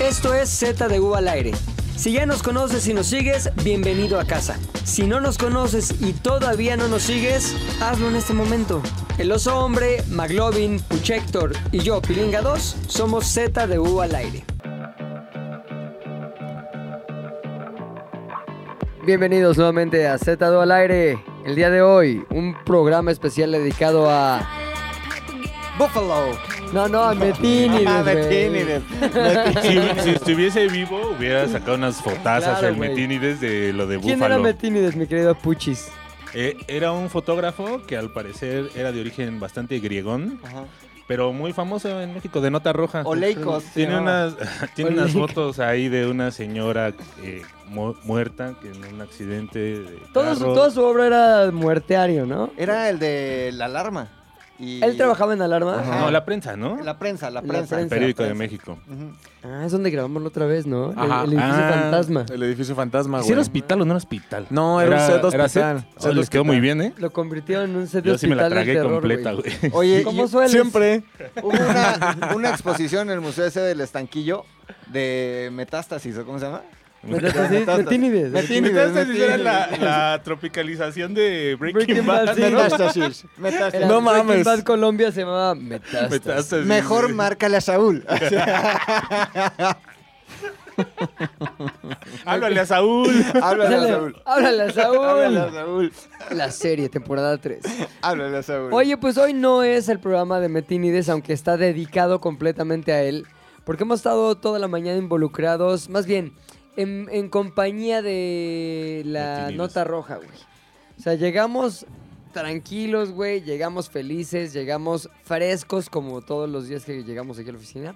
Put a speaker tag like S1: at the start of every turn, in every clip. S1: Esto es Z de U al aire. Si ya nos conoces y nos sigues, bienvenido a casa. Si no nos conoces y todavía no nos sigues, hazlo en este momento. El oso hombre, Maglovin, Puchector y yo, Pilinga 2, somos Z de U al aire. Bienvenidos nuevamente a Z de U al aire. El día de hoy, un programa especial dedicado a Buffalo. No, no, a Metini.
S2: Ah,
S1: güey.
S2: Metínides.
S3: Si, si estuviese vivo, hubiera sacado unas fotazas
S1: Claro,
S3: el
S1: güey.
S3: Metínides de lo de
S1: ¿Quién era
S3: Búfalo.
S1: Metínides, mi querido Puchis?
S3: Eh, era un fotógrafo que al parecer era de origen bastante griegón,
S2: Ajá.
S3: pero muy famoso en México, de nota roja.
S2: Oleicos. se
S3: Tiene
S2: llamaba.
S3: unas, tiene
S1: Oleica.
S3: unas fotos ahí de una señora eh, mu- muerta que en un accidente de
S1: Todo su,
S3: carro.
S1: toda su obra era muerteario, ¿no?
S2: Era el de la alarma. Y-
S1: Él trabajaba en Alarma.
S2: Ajá.
S3: Ah, No, la prensa, ¿no?
S2: La prensa, la
S1: La
S2: prensa.
S1: prensa.
S3: El periódico de
S2: prensa.
S3: México.
S2: Ujú.
S1: Ah, es donde grabamos la otra vez, ¿no? El-
S4: Ajá.
S1: El, edificio
S3: Ah,
S1: fantasma.
S4: El edificio fantasma, güey.
S3: ¿Si era hospital o no era hospital?
S4: No, era un set hospital.
S3: set?
S4: Set
S3: Oh, les quedó
S4: hospital.
S3: muy bien, ¿eh?
S1: Lo convirtió en un set de
S3: Yo sí me la
S1: hospital
S3: tragué
S1: del terror,
S3: completa,
S1: güey.
S3: güey.
S2: Oye,
S1: ¿Cómo
S2: y-
S1: sueles?
S4: Siempre.
S2: hubo una, una exposición en el Museo ese del Estanquillo de Metástasis, ¿o cómo se llama?
S1: Metástasis, Metínides.
S2: Metínides,
S3: Metástasis era
S2: Metínides.
S3: la, la tropicalización de Breaking,
S1: Breaking
S3: Bad,
S1: Bad, sí,
S3: ¿no?
S2: Metástasis.
S1: Era-
S2: Metástasis.
S4: No
S1: Breaking
S4: mames.
S1: Bad Colombia se llamaba Metástasis.
S3: Metástasis.
S2: Mejor márcale a Saúl.
S3: Háblale a Saúl.
S2: Háblale a
S1: Háblale-
S2: Saúl.
S1: Háblale a
S2: Háblale a
S1: Saúl.
S2: Saúl.
S1: La serie, temporada 3.
S2: Háblale a Saúl.
S1: Oye, pues hoy no es el programa de Metínides, aunque está dedicado completamente a él, porque hemos estado toda la mañana involucrados, más bien, en, en compañía de la
S3: Metínides.
S1: nota roja, güey. O sea, llegamos tranquilos, güey, llegamos felices, llegamos frescos como todos los días que llegamos aquí a la oficina.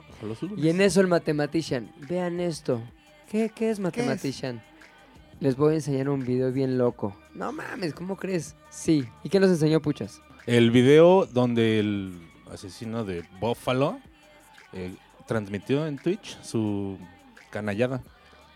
S1: Y en eso el matematician, vean esto. ¿Qué, qué es matematician? Les voy a enseñar un video bien loco. No mames, ¿cómo crees? Sí. ¿Y qué nos enseñó Puchas?
S3: El video donde el asesino de Buffalo eh, transmitió en Twitch su canallada.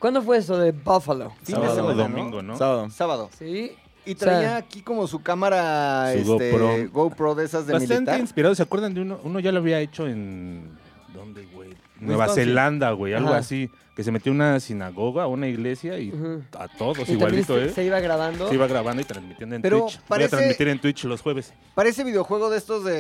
S1: ¿Cuándo fue eso de Buffalo?
S2: Fin de
S3: Sábado
S2: semana, ¿no?
S3: domingo, ¿no?
S4: Sábado.
S2: Sábado.
S1: Sí.
S2: Y
S1: O sea,
S2: traía aquí como su cámara
S3: Su
S2: este, GoPro.
S3: GoPro.
S2: de esas de
S3: Bastante
S2: militar.
S3: inspirado. ¿Se acuerdan de uno? Uno ya lo había hecho en... ¿Dónde, güey? Nueva
S2: Wisconsin.
S3: Zelanda, güey. Algo
S1: Ajá.
S3: así. Que se metió a una sinagoga, a una iglesia y
S1: Ujú.
S3: a
S1: y
S3: todos
S1: también
S3: igualito,
S1: se,
S3: ¿eh?
S1: se iba grabando.
S3: Se iba grabando y transmitiendo en
S2: Pero
S3: Twitch.
S2: parece-
S3: Voy a transmitir en Twitch los jueves.
S2: Parece videojuego de estos de.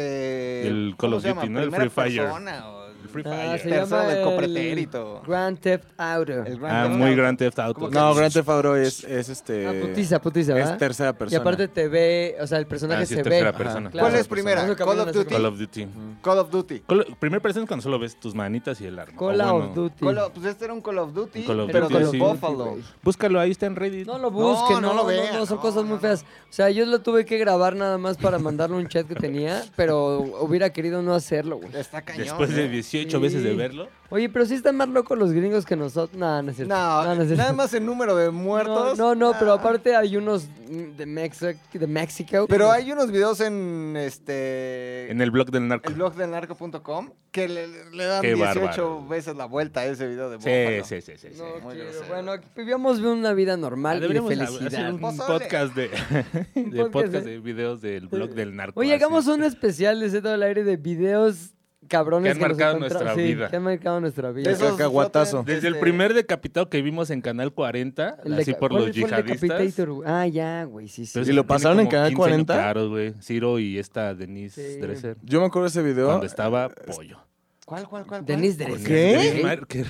S3: Del
S2: ¿cómo
S3: Call of
S2: se llama?
S3: Duty, ¿no? El
S2: Primera
S3: Free Fire.
S2: persona o el-
S3: El Free
S1: Ah,
S3: Fire.
S1: se
S2: Persona
S1: llama
S2: del
S1: el
S2: copretérito.
S1: Grand Theft Auto.
S2: el Grand
S3: Ah,
S2: Theft
S3: muy
S2: Auto.
S3: Grand Theft Auto.
S2: ¿Cómo
S4: No, Grand Theft Auto es, es este.
S1: Ah, putiza, putiza, ¿verdad?
S4: Es tercera
S1: y
S4: persona.
S1: aparte te ve, o sea, el personaje
S3: Ah, sí,
S1: se
S3: es
S1: ve.
S3: tercera
S1: Ajá,
S3: persona.
S1: claro.
S2: ¿Cuál es primera?
S1: Vamos
S2: Call of
S1: caminando así
S2: Duty.
S3: Call of Duty.
S2: Call of Duty.
S3: Col- Primer persona es cuando solo ves tus manitas y el arma.
S1: como- Call
S3: O
S1: of
S3: Ah, bueno,
S1: Duty.
S2: Call of- pues este era un Call of Duty,
S3: Un Call of
S2: pero
S3: Duty,
S2: con
S3: sí.
S2: los Buffalo.
S1: güey.
S3: Búscalo, ahí está en Reddit.
S1: No lo busquen, no,
S2: no
S1: no,
S2: lo vean,
S1: no, son
S2: no,
S1: cosas muy
S2: no, no.
S1: feas. O sea, yo lo tuve que grabar nada más para mandarle un chat que tenía, pero hubiera querido no hacerlo, güey.
S2: Está cañón.
S3: Después de
S2: ¿eh?
S3: 18
S1: Sí.
S3: veces de verlo.
S1: Oye, pero sí están más locos los gringos que nosotros. No, no es cierto.
S2: No,
S1: no, no es cierto.
S2: nada más el número de muertos. Ah,
S1: No, no, no, pero aparte hay unos mm, de, Mexico, de México.
S2: Pero hay unos videos en este.
S3: En el blog del narco.
S2: el blog del narco.com que le, le dan
S3: Qué
S2: 18
S3: bárbaro.
S2: veces la vuelta a ese video de
S3: Sí,
S2: Buffalo.
S3: sí, sí, sí. sí.
S1: No
S2: muy
S1: quiero.
S2: grosero.
S1: Bueno, vivíamos una vida normal y de
S3: Deberíamos ha- hacer
S1: felicidad. Pues,
S3: un
S2: Pozole.
S3: podcast de,
S1: Un
S3: de
S1: podcast
S3: podcast
S1: de-
S3: de videos del blog del narco.
S1: Oye, hagamos
S3: así.
S1: un especial de Z al aire de videos cabrones
S3: Que han marcado
S1: nos encontra-
S3: nuestra
S1: sí,
S3: vida.
S1: que han marcado nuestra vida.
S4: De esos- cacahuatazo.
S3: Desde el
S2: este,
S3: primer decapitado que vimos en Canal 40,
S1: El de-
S3: así por
S1: ¿cuál
S3: los
S1: fue el
S3: yihadistas.
S1: Decapitator, güey? Ah, ya, güey, sí, sí.
S3: Pero
S4: ¿Y
S3: sí,
S4: lo
S3: tiene
S4: pasaron
S3: como
S4: en Canal
S3: 15 años,
S4: 40?
S3: Claro, güey. Ciro y esta Denise
S1: Sí.
S3: Dresser.
S4: Yo me acuerdo de ese video.
S3: Cuando estaba pollo.
S2: ¿Cuál, cuál, cuál?
S1: Denise
S3: Con
S1: Dresser.
S4: ¿Qué?
S3: Denise Merker.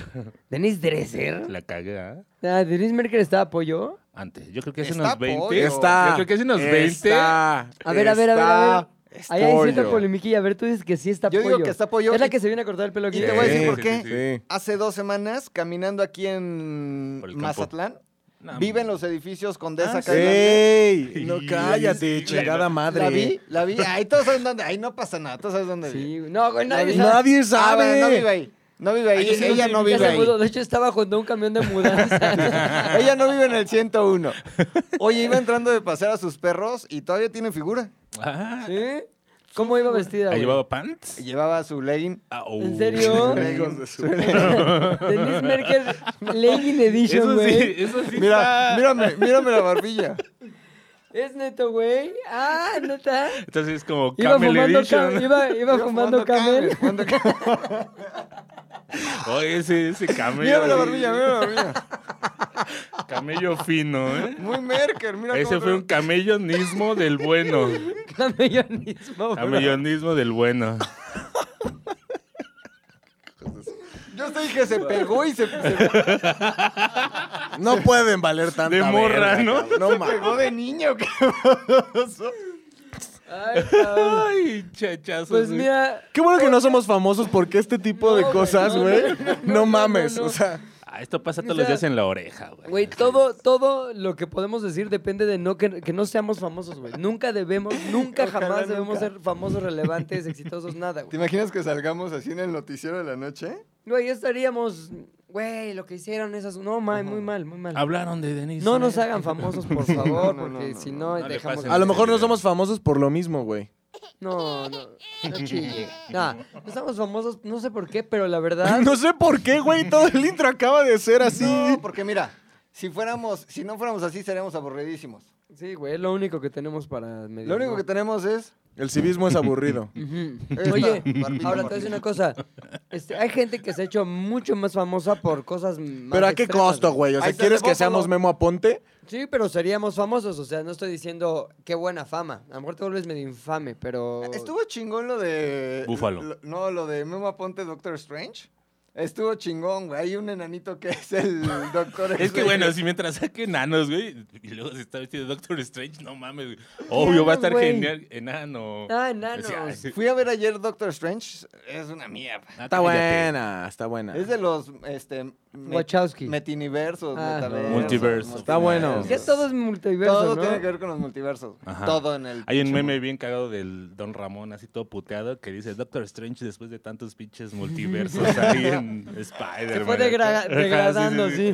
S1: ¿Denise Dresser?
S3: La cagué, ¿ah?
S1: Ah, ¿Denise Merker está apoyo?
S3: Antes. Yo creo que hace
S2: Está
S3: unos 20.
S2: pollo.
S4: Está.
S3: Yo creo que hace unos 20.
S4: Está.
S1: A ver, a ver, a ver, a ver.
S4: Está.
S1: Ahí hay cierta
S4: pollo.
S1: polemiquilla. A ver, tú dices que sí está
S2: Yo
S1: pollo.
S2: digo que está pollo.
S1: Es la
S2: y-
S1: que se viene a cortar el pelo aquí.
S2: Y te voy a decir
S4: Sí,
S2: por
S3: sí,
S2: qué.
S3: sí,
S4: Sí.
S2: Hace dos semanas, caminando aquí en
S3: Por el campo.
S2: Mazatlán,
S3: No,
S2: viven
S3: mames.
S2: los edificios Condesa
S3: Ah, sí.
S2: Catlán.
S4: ¡Ey! No
S3: Sí,
S4: cállate,
S3: sí,
S4: chingada
S3: la-
S4: madre.
S2: La vi, la vi. Ahí todos saben dónde. Ahí no pasa nada. Todos saben dónde vive.
S1: Sí, güey. no, güey, nadie sabe.
S4: Nadie
S2: Ah, bueno, no vive
S4: sabe.
S2: ahí. No vive ahí.
S3: Ah, yo sí
S2: Ella
S3: vi-
S2: no
S3: ya
S1: Ya
S2: vive
S1: se
S2: ahí.
S1: mudó. De hecho, estaba junto a un camión de mudanza.
S2: Ella no vive en el 101. Oye, iba entrando de pasear a sus perros y todavía tiene figura.
S3: Ah,
S1: ¿Sí? ¿Cómo iba vestida?
S3: ¿Ha
S1: güey?
S3: llevado pants?
S2: Llevaba su legging.
S3: Ah, oh.
S1: ¿En serio?
S4: Hijos de su-
S1: Denise Merkel, Legging Edition,
S3: Eso sí,
S1: güey.
S3: eso sí.
S2: Mira,
S3: está-
S2: mírame, mírame la barbilla.
S1: Es neto, güey. Ah, neta.
S3: Entonces es como
S1: Iba
S3: Camel
S1: fumando,
S3: Edition.
S1: cam- iba, iba fumando camel.
S2: fumando camel.
S3: Oye, ese, ese camello.
S2: Mira la
S3: güey.
S2: barbilla, mira la barbilla.
S3: Camello fino, ¿eh?
S2: Muy Merker, mira cómo
S3: Ese
S2: trae-
S3: fue un camellonismo del bueno.
S1: Camellonismo, bro.
S3: Camellonismo del bueno.
S2: Yo te dije, se pegó y se, se
S4: No pueden valer tanta
S3: De morra,
S4: verga,
S3: ¿no?
S4: cabrón. No mames.
S2: pegó de niño. ¿qué?
S1: Ay, cabrón.
S3: Ay, chachazos.
S1: Pues
S3: güey.
S1: mira,
S4: Qué bueno que no somos famosos porque este tipo de
S1: No,
S4: cosas,
S1: no,
S4: güey,
S1: no,
S4: no,
S1: no, no, no,
S4: mames.
S1: no.
S4: O sea,
S3: Ah, esto pasa todos
S1: O
S3: los
S1: sea,
S3: días en la oreja, güey.
S1: Güey, todo, todo lo que podemos decir depende de no que, que no seamos famosos, güey. Nunca debemos, nunca
S2: Ojalá
S1: jamás
S2: nunca.
S1: debemos ser famosos, relevantes, exitosos, nada,
S2: ¿Te
S1: güey.
S2: imaginas que salgamos así en el noticiero de la noche?
S1: Güey, ya estaríamos, güey, lo que hicieron esas... No, ma, muy mal, muy mal.
S3: Hablaron de Denise.
S1: No nos
S3: Soler.
S1: hagan famosos, por favor,
S2: No, no, no,
S1: porque
S2: no,
S1: si
S2: no,
S1: no,
S3: no le
S1: dejamos...
S3: pasen.
S4: a lo mejor no somos famosos por lo mismo, güey.
S1: No, no, no chille. Nah, no estamos famosos, no sé por qué, pero la verdad...
S4: No sé por qué, güey. Todo el intro acaba de ser así.
S2: No, porque mira, si fuéramos, si no fuéramos así, seríamos aburridísimos.
S1: Sí, güey, es lo único que tenemos para medir.
S2: Lo único
S1: ¿no?
S2: que tenemos es.
S4: El civismo es aburrido.
S1: Ujú.
S2: Esta,
S1: Oye,
S2: Barbie
S1: ahora te voy a
S2: Mortis.
S1: decir una cosa. Este, hay gente que se ha hecho mucho más famosa por cosas más.
S4: Pero a qué
S1: extremas,
S4: costo, güey. O
S2: Ahí
S4: sea,
S2: está
S4: ¿quieres
S2: el
S4: que seamos
S2: Bófalo.
S4: Memo Aponte?
S1: Sí, pero seríamos famosos. O sea, no estoy diciendo qué buena fama. A lo mejor te vuelves medio infame, pero.
S2: Estuvo chingón lo de.
S3: Búfalo.
S2: lo- no, lo de Memo Aponte, Doctor Strange. Estuvo chingón, güey. Hay un enanito que es el Doctor
S3: Es que
S2: Strange.
S3: bueno, si mientras saque enanos, güey, y luego se está vestido de Doctor Strange, no mames, güey. Obvio, va a estar
S1: güey.
S3: genial. Enano. Pues,
S1: Ah, enanos.
S3: Decía,
S2: Fui a ver ayer Doctor Strange. Es una mierda.
S3: "Ah,
S4: Está
S3: cállate".
S4: buena, está buena.
S2: Es de los. Este, me-
S1: Wachowski.
S2: Metiniversos,
S1: Ah.
S2: metaversos,
S3: Multiverso.
S4: Está bueno.
S1: Ya todo es multiverso.
S2: Todo
S1: ¿no?
S2: tiene que ver con los multiversos.
S3: Ajá.
S2: Todo en el.
S3: Hay un meme bien cagado del Don Ramón, así todo puteado, que dice Doctor Strange después de tantos pinches multiversos ahí en Spider-Man.
S1: Se fue degra-
S3: Ajá, sí, sí,
S1: degradando,
S3: sí.
S1: sí.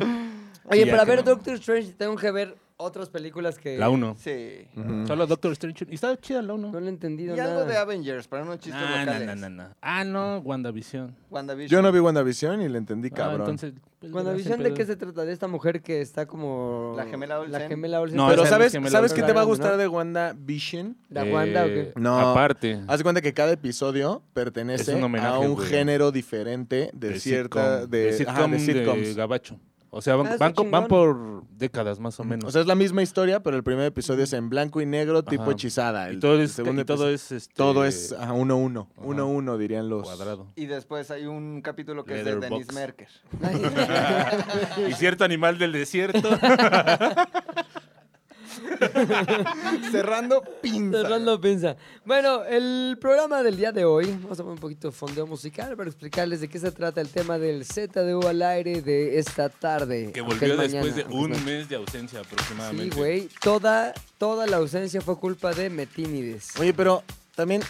S1: Oye,
S3: ya
S1: para
S3: que
S1: ver
S3: no.
S1: Doctor Strange tengo que ver otras películas que.
S3: La 1.
S2: Sí.
S4: Ujú.
S3: Solo Doctor Strange. Y está chida la 1.
S1: No le he entendido
S2: Y
S1: nada.
S2: algo de Avengers, para no chistes
S3: Ah, no,
S2: locales.
S3: no, no, no. Ah, no, WandaVision.
S2: WandaVision.
S4: Yo no vi WandaVision y le entendí,
S3: Ah,
S4: cabrón.
S3: entonces, pues,
S1: Cuando
S3: verás,
S1: visión
S3: sin
S1: de qué
S3: pedo.
S1: se trata de esta mujer que está como
S2: La gemela Olsen.
S1: La gemela Olsen.
S3: No,
S4: Pero
S3: esa
S4: ¿sabes,
S3: es que me la
S4: ¿sabes qué te va a
S1: regalaron,
S4: gustar
S1: ¿no?
S4: de WandaVision?
S1: la Wanda o qué?
S4: No.
S3: Eh,
S4: Ah,
S3: Aparte.
S4: Haz de cuenta que cada episodio
S3: Es
S4: pertenece
S3: un homenaje,
S4: a un
S3: güey.
S4: género diferente de, cierta...
S3: sitcom,
S4: de,
S3: sitcom
S4: ajá, de
S3: de
S4: sitcoms.
S3: gabacho. O sea, van,
S1: Ah, está
S3: van co- van
S1: chingón.
S3: por décadas más o menos.
S4: Mm, O sea, es la misma historia, pero el primer episodio es en blanco y negro, tipo
S3: Ajá.
S4: hechizada. El,
S3: y todo
S4: el
S3: es,
S4: segundo
S3: y todo
S4: episodio-
S3: es, este,
S4: todo es ajá, uno uno,
S3: Ajá.
S4: uno uno dirían los.
S3: cuadrado.
S2: Y después hay un capítulo que es de
S3: Leatherbox.
S2: Denise Merker.
S3: Eh, y cierto animal del desierto.
S2: Cerrando pinza.
S1: Fernando piensa. Bueno, el programa del día de hoy, vamos a poner un poquito de fondeo musical para explicarles de qué se trata el tema del ZDU al aire de esta tarde.
S3: que
S1: aunque es
S3: volvió después
S1: mañana,
S3: de
S1: aunque es
S3: un
S1: mañana.
S3: mes de ausencia aproximadamente.
S1: Sí, güey. Toda, toda la ausencia fue culpa de Metínides.
S4: Oye, pero también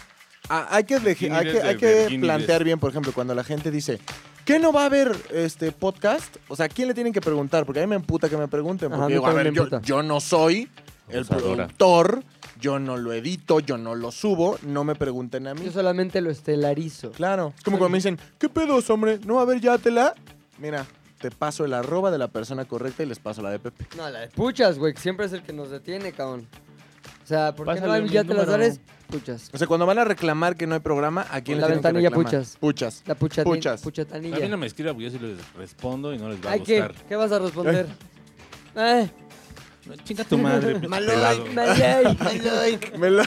S4: ah, hay que, deje- hay que,
S3: Virginides de
S4: hay que
S3: Virginides.
S4: plantear bien, por ejemplo, cuando la gente dice, ¿qué no va a haber este podcast? O sea, ¿a quién le tienen que preguntar? Porque a mí me emputa que me pregunten.
S1: Ajá,
S4: Porque
S1: a mí
S4: digo, a
S1: también
S4: ver,
S1: me
S4: yo,
S1: emputa.
S4: yo no soy el
S3: Abusadora.
S4: productor, yo no lo edito, yo no lo subo, no me pregunten a mí.
S1: Yo solamente lo estelarizo.
S4: Claro. Es como cuando me dicen, ¿qué pedos, hombre? No, a ver, ya te la. Mira, te paso el arroba de la persona correcta y les paso la de Pepe.
S1: No, la de Puchas, güey, que siempre es el que nos detiene, cabrón. O sea, ¿por qué no
S3: Pásale
S1: hay-
S3: mi
S1: ya te las
S3: número.
S1: daré? Puchas.
S4: O sea, cuando van a reclamar que no hay programa, ¿a quién
S1: La
S4: le tienen que
S1: ventanilla
S4: reclamar?
S1: puchas.
S4: Puchas.
S1: La puchati-
S4: Puchas.
S1: puchatanilla.
S3: A mí no me escriba porque yo sí les respondo y no les va a
S1: Ay, ¿qué?
S3: gustar.
S1: ¿Qué vas a responder? Eh,
S3: No, chinga tu madre, pinche
S2: Maloy,
S3: pelado.
S1: Ah, Malay.
S4: Me lo-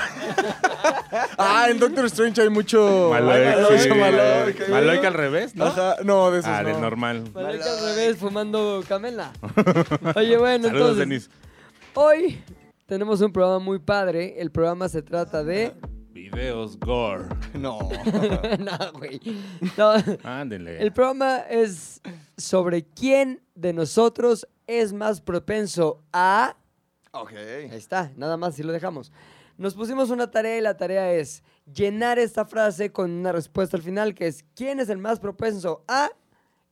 S4: ah, en Doctor Strange hay mucho.
S3: Maloy,
S4: Ay,
S3: sí.
S4: mucho Maloy, que-
S3: Maloy que al revés, ¿no?
S4: Ajá, no, de esos
S3: ah,
S4: no.
S3: del normal.
S1: Malay que al revés fumando camela. Oye, bueno,
S3: Saludos,
S1: entonces.
S3: Denis.
S1: Hoy tenemos un programa muy padre. El programa se trata de.
S3: Videos gore.
S2: No.
S1: no, güey. No,
S3: Ándele.
S1: El programa es sobre quién de nosotros es más propenso a.
S2: Ok.
S1: Ahí está, nada más si lo dejamos. Nos pusimos una tarea y la tarea es llenar esta frase con una respuesta al final que es ¿quién es el más propenso a?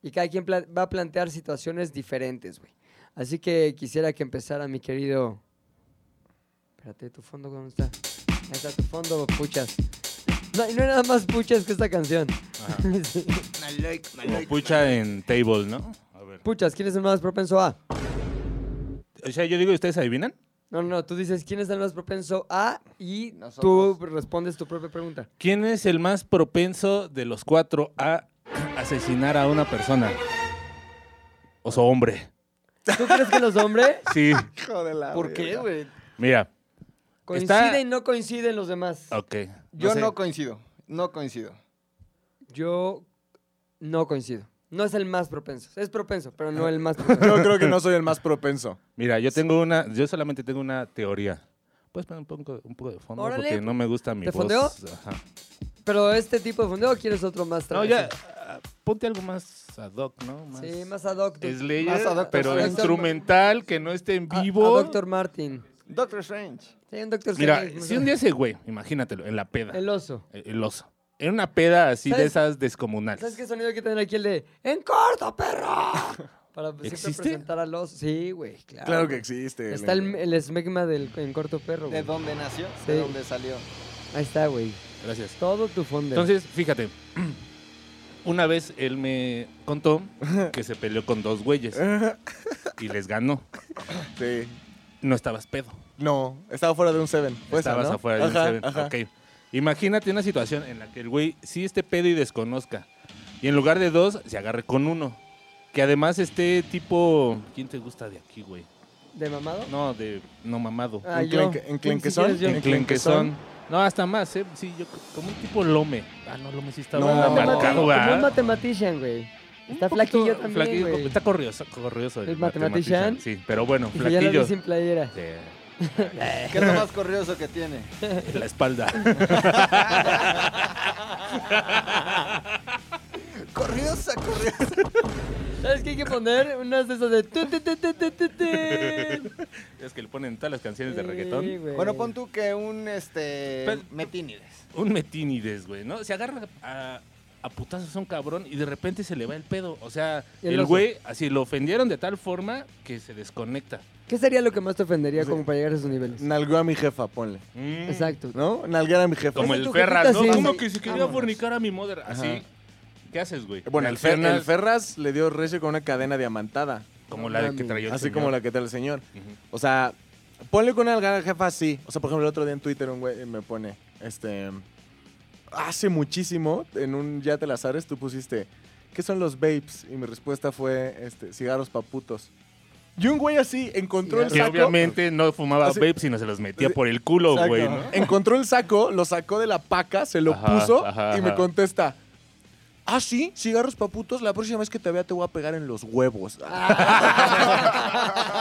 S1: Y cada quien pla- va a plantear situaciones diferentes, güey. Así que quisiera que empezara mi querido... Espérate, ¿tu fondo dónde está? Ahí está tu fondo, puchas. No, y no hay nada más puchas que esta canción. Sí.
S2: Maloic,
S3: Como
S2: Maloic.
S3: pucha en table, ¿no? A ver.
S1: puchas, ¿quién es el más propenso a?
S3: O sea, yo digo, ¿ustedes adivinan?
S1: No, no, no, tú dices quién es el más propenso a y tú
S2: Nosotros.
S1: respondes tu propia pregunta.
S3: ¿Quién es el más propenso de los cuatro a asesinar a una persona. Oso hombre.
S1: ¿Tú crees que los hombres?
S3: Sí,
S4: Hijo de la
S1: ¿Por qué, güey?
S3: mira.
S1: Coinciden,
S3: Está-
S1: no coinciden los demás.
S3: Ok.
S2: Yo no,
S1: sé.
S2: coincido, no coincido.
S1: Yo no coincido. No es el más propenso. Es propenso, pero
S3: Ah.
S1: no el más propenso.
S4: Yo creo que no soy el más propenso.
S3: Mira, yo tengo una, yo solamente tengo una teoría. Puedes poner un poco, un poco de fondo
S1: Órale.
S3: porque no me gusta mi
S1: ¿Te
S3: voz.
S1: fondeo?
S3: Ajá.
S1: pero este tipo de fundeo, ¿quieres otro más
S3: No,
S1: tranquilo?
S3: ya, ah, ponte algo más ad hoc, ¿no?
S1: Sí, más ad hoc. doc-
S3: Slayer,
S2: más ad hoc,
S3: pero
S1: más ad hoc. Ah,
S3: instrumental, que no esté en
S1: a- a
S3: vivo.
S1: Dr. Martin.
S2: Doctor Strange.
S1: Sí, un Dr.
S3: Mira,
S1: Strange, no
S3: si
S1: sé.
S3: un día ese güey, imagínatelo, en la peda, el,
S1: El oso.
S3: eh, el oso, en una peda así de
S1: ¿Sabes?
S3: esas
S1: ¿Sabes
S3: descomunales.
S1: qué sonido hay que tener aquí? El de ¡En corto, perro! Para pues, siempre
S3: ¿Existe?
S1: presentar al oso. Sí, güey, claro.
S4: Claro que
S1: güey.
S4: existe.
S1: Ah, Está el, el esmegma del En corto, perro. güey.
S2: ¿De dónde nació?
S1: Sí.
S2: ¿De dónde salió?
S1: Ahí está, güey.
S3: Gracias.
S1: Todo tu fondo.
S3: Entonces, fíjate, una vez él me contó que se peleó con dos güeyes y les ganó.
S4: Sí.
S3: No estabas pedo.
S4: No, estaba fuera de un Seven. Pues,
S3: estabas
S4: ¿no?
S3: afuera de un
S4: Ajá,
S3: Seven.
S4: ajá.
S3: Ok. Imagínate una situación en la que el güey sí esté pedo y desconozca. Y en lugar de dos, se agarre con uno. Que además esté tipo. ¿Quién te gusta de aquí, güey?
S1: ¿De mamado?
S3: No, de. No mamado.
S1: Ah,
S4: ¿En
S1: yo.
S4: clenque-
S1: Sí,
S4: en
S1: si
S4: clenquezón?
S1: quieres yo.
S4: ¿En
S3: Enclenquezón. No, hasta más, ¿eh? Sí, yo. Como un tipo lome. Ah, no, lome sí estaba
S4: No,
S3: nada
S1: Como un
S4: matemati-
S3: marcado, ¿verdad?
S1: como un matematician, güey. Está
S3: Un poquito
S1: flaquillo también,
S3: flaquillo,
S1: güey.
S3: Está corrioso, corrioso.
S1: ¿El matematician?
S3: Sí, pero bueno,
S1: Y que ya lo vi
S3: flaquillo.
S1: sin playera.
S3: De
S2: ¿Qué es lo más corrioso que tiene?
S3: la espalda.
S2: Corriosa, corriosa.
S1: ¿Sabes qué hay que poner? Unas de esas de... tu, tu, tu, tu, tu, tu, tu.
S3: es que le ponen todas las canciones de
S1: Sí,
S3: reggaetón.
S1: güey.
S2: Bueno, pon tú que un este
S3: Pero-
S2: metínides.
S3: Un metínides, güey, ¿no? Se agarra a, a putazos a un cabrón y de repente se le va el pedo. O sea,
S1: Y el
S3: el
S1: oso.
S3: güey, así lo ofendieron de tal forma que se desconecta.
S1: ¿Qué sería lo que más te ofendería
S4: Sí.
S1: como para llegar a esos niveles?
S4: Nalgueó a mi jefa, ponle.
S3: Mm.
S1: Exacto.
S4: ¿No? Nalguear a mi jefa.
S3: Como
S1: Ese
S3: el
S1: tu
S3: Ferras, ¿no?
S1: jefita, sí.
S3: Como que se quería
S2: Vámonos.
S3: fornicar a mi mother. Así.
S4: Ajá.
S3: ¿Qué haces, güey?
S4: Bueno,
S3: Al
S4: Pues el, Fer-
S3: Fernas,
S4: el Ferras le dio recio con una cadena diamantada.
S3: como la de que traía el
S4: Así
S3: señor.
S4: como la que trae el señor.
S3: Ujú.
S4: O sea, ponle con una gran jefa así. O sea, por ejemplo, el otro día en Twitter un güey me pone, este, hace muchísimo, en un Ya te las ares, tú pusiste, ¿qué son los vapes? Y mi respuesta fue, este, cigarros paputos. Y un güey así encontró el
S3: Que
S4: saco.
S3: obviamente no fumaba
S4: Así-
S3: vape, sino se los metía
S4: Sí.
S3: por el culo,
S4: Exacto.
S3: güey, ¿no?
S4: Encontró el saco, lo sacó de la paca, se lo
S3: Ajá,
S4: puso
S3: ajá,
S4: y me
S3: ajá.
S4: contesta. Ah, sí, cigarros paputos. La próxima vez que te vea te voy a pegar en los huevos.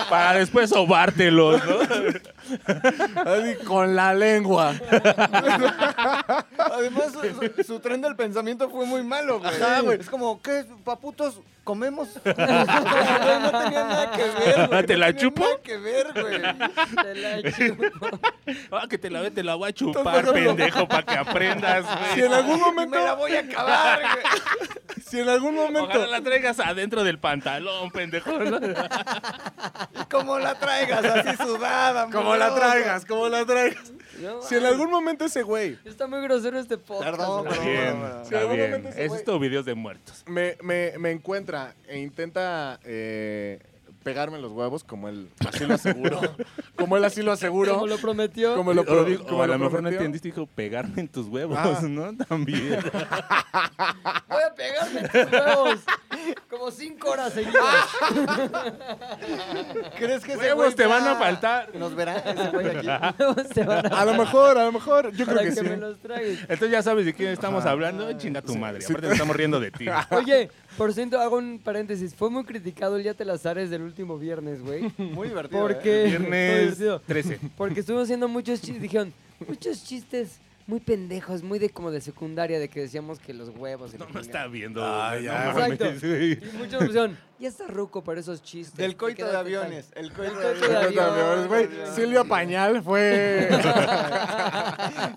S3: Para después sobártelos, ¿no?
S4: Así con la lengua.
S2: Además, su, su- su tren del pensamiento fue muy malo, güey.
S4: Ajá, güey.
S2: Es como, ¿qué? ¿Paputos? ¿Comemos? Como, güey, no tenía nada que ver, güey.
S3: ¿Te
S2: No
S3: la
S2: tenía
S3: chupo?
S2: nada que ver, güey.
S1: Te la chupo.
S3: Ah, que te la ve, te la voy a chupar, pendejo, para que aprendas,
S4: Si en
S3: güey.
S4: algún momento,
S2: Me la voy a acabar, güey.
S4: si en algún momento,
S3: Ojalá la traigas adentro del pantalón, pendejo. ¿no?
S2: Y Como la traigas, así sudada,
S4: como la
S2: mugrosa.
S4: traigas, como la traigas.
S1: No,
S4: Si en algún momento ese güey
S1: Está muy grosero este podcast.
S2: Perdón,
S1: güey.
S3: Está
S2: perdón.
S3: bien,
S4: Sí,
S3: está
S4: algún
S3: bien.
S4: momento ese
S3: Es
S4: güey-
S3: esto videos de muertos.
S4: me, me- me encuentra e intenta eh, pegarme los huevos, como él así lo aseguró, como él así lo aseguró,
S1: Como lo prometió.
S4: como lo,
S3: O
S4: pro-
S3: digo,
S4: como
S3: o a
S4: lo
S3: lo mejor no
S4: prometió.
S3: entendiste, dijo, pegarme en tus huevos,
S4: Ah.
S3: ¿no? También.
S1: Voy a pegarme en tus huevos. Como cinco horas seguidas.
S2: ¿Crees que ese
S3: Huevos
S2: güey
S3: te
S2: vea-
S3: van a faltar.
S2: ¿Nos verá ese güey aquí?
S1: Se van a...
S4: A lo mejor, a lo mejor, yo creo
S1: Para
S4: que
S1: que,
S4: sí.
S1: me los tragues.
S3: Entonces ya sabes de quién estamos hablando. Chinga tu madre.
S4: sí.
S3: Aparte nos estamos riendo de ti.
S1: Oye, por cierto, hago un paréntesis. Fue muy criticado el día de las Ares del último viernes, güey.
S2: Muy divertido.
S1: Porque. Muy
S3: Viernes
S1: divertido.
S3: 13.
S1: Porque estuvimos haciendo muchos chistes. Dijeron, muchos chistes muy pendejos, muy de como de secundaria, de que decíamos que los huevos. y
S3: No
S1: la
S3: me
S1: chingada.
S3: está viendo.
S4: Ah,
S3: güey,
S4: ya,
S3: no mames,
S1: exacto.
S3: güey.
S1: Y muchos pusieron, ya está ruco para esos chistes.
S2: Del
S1: Te
S2: coito de
S1: quedaste tan-
S2: aviones. El coito
S1: coito
S4: Yo
S2: de
S1: de
S4: creo que a lo
S2: aviones.
S4: mejor, güey, Silvia Pañal fue.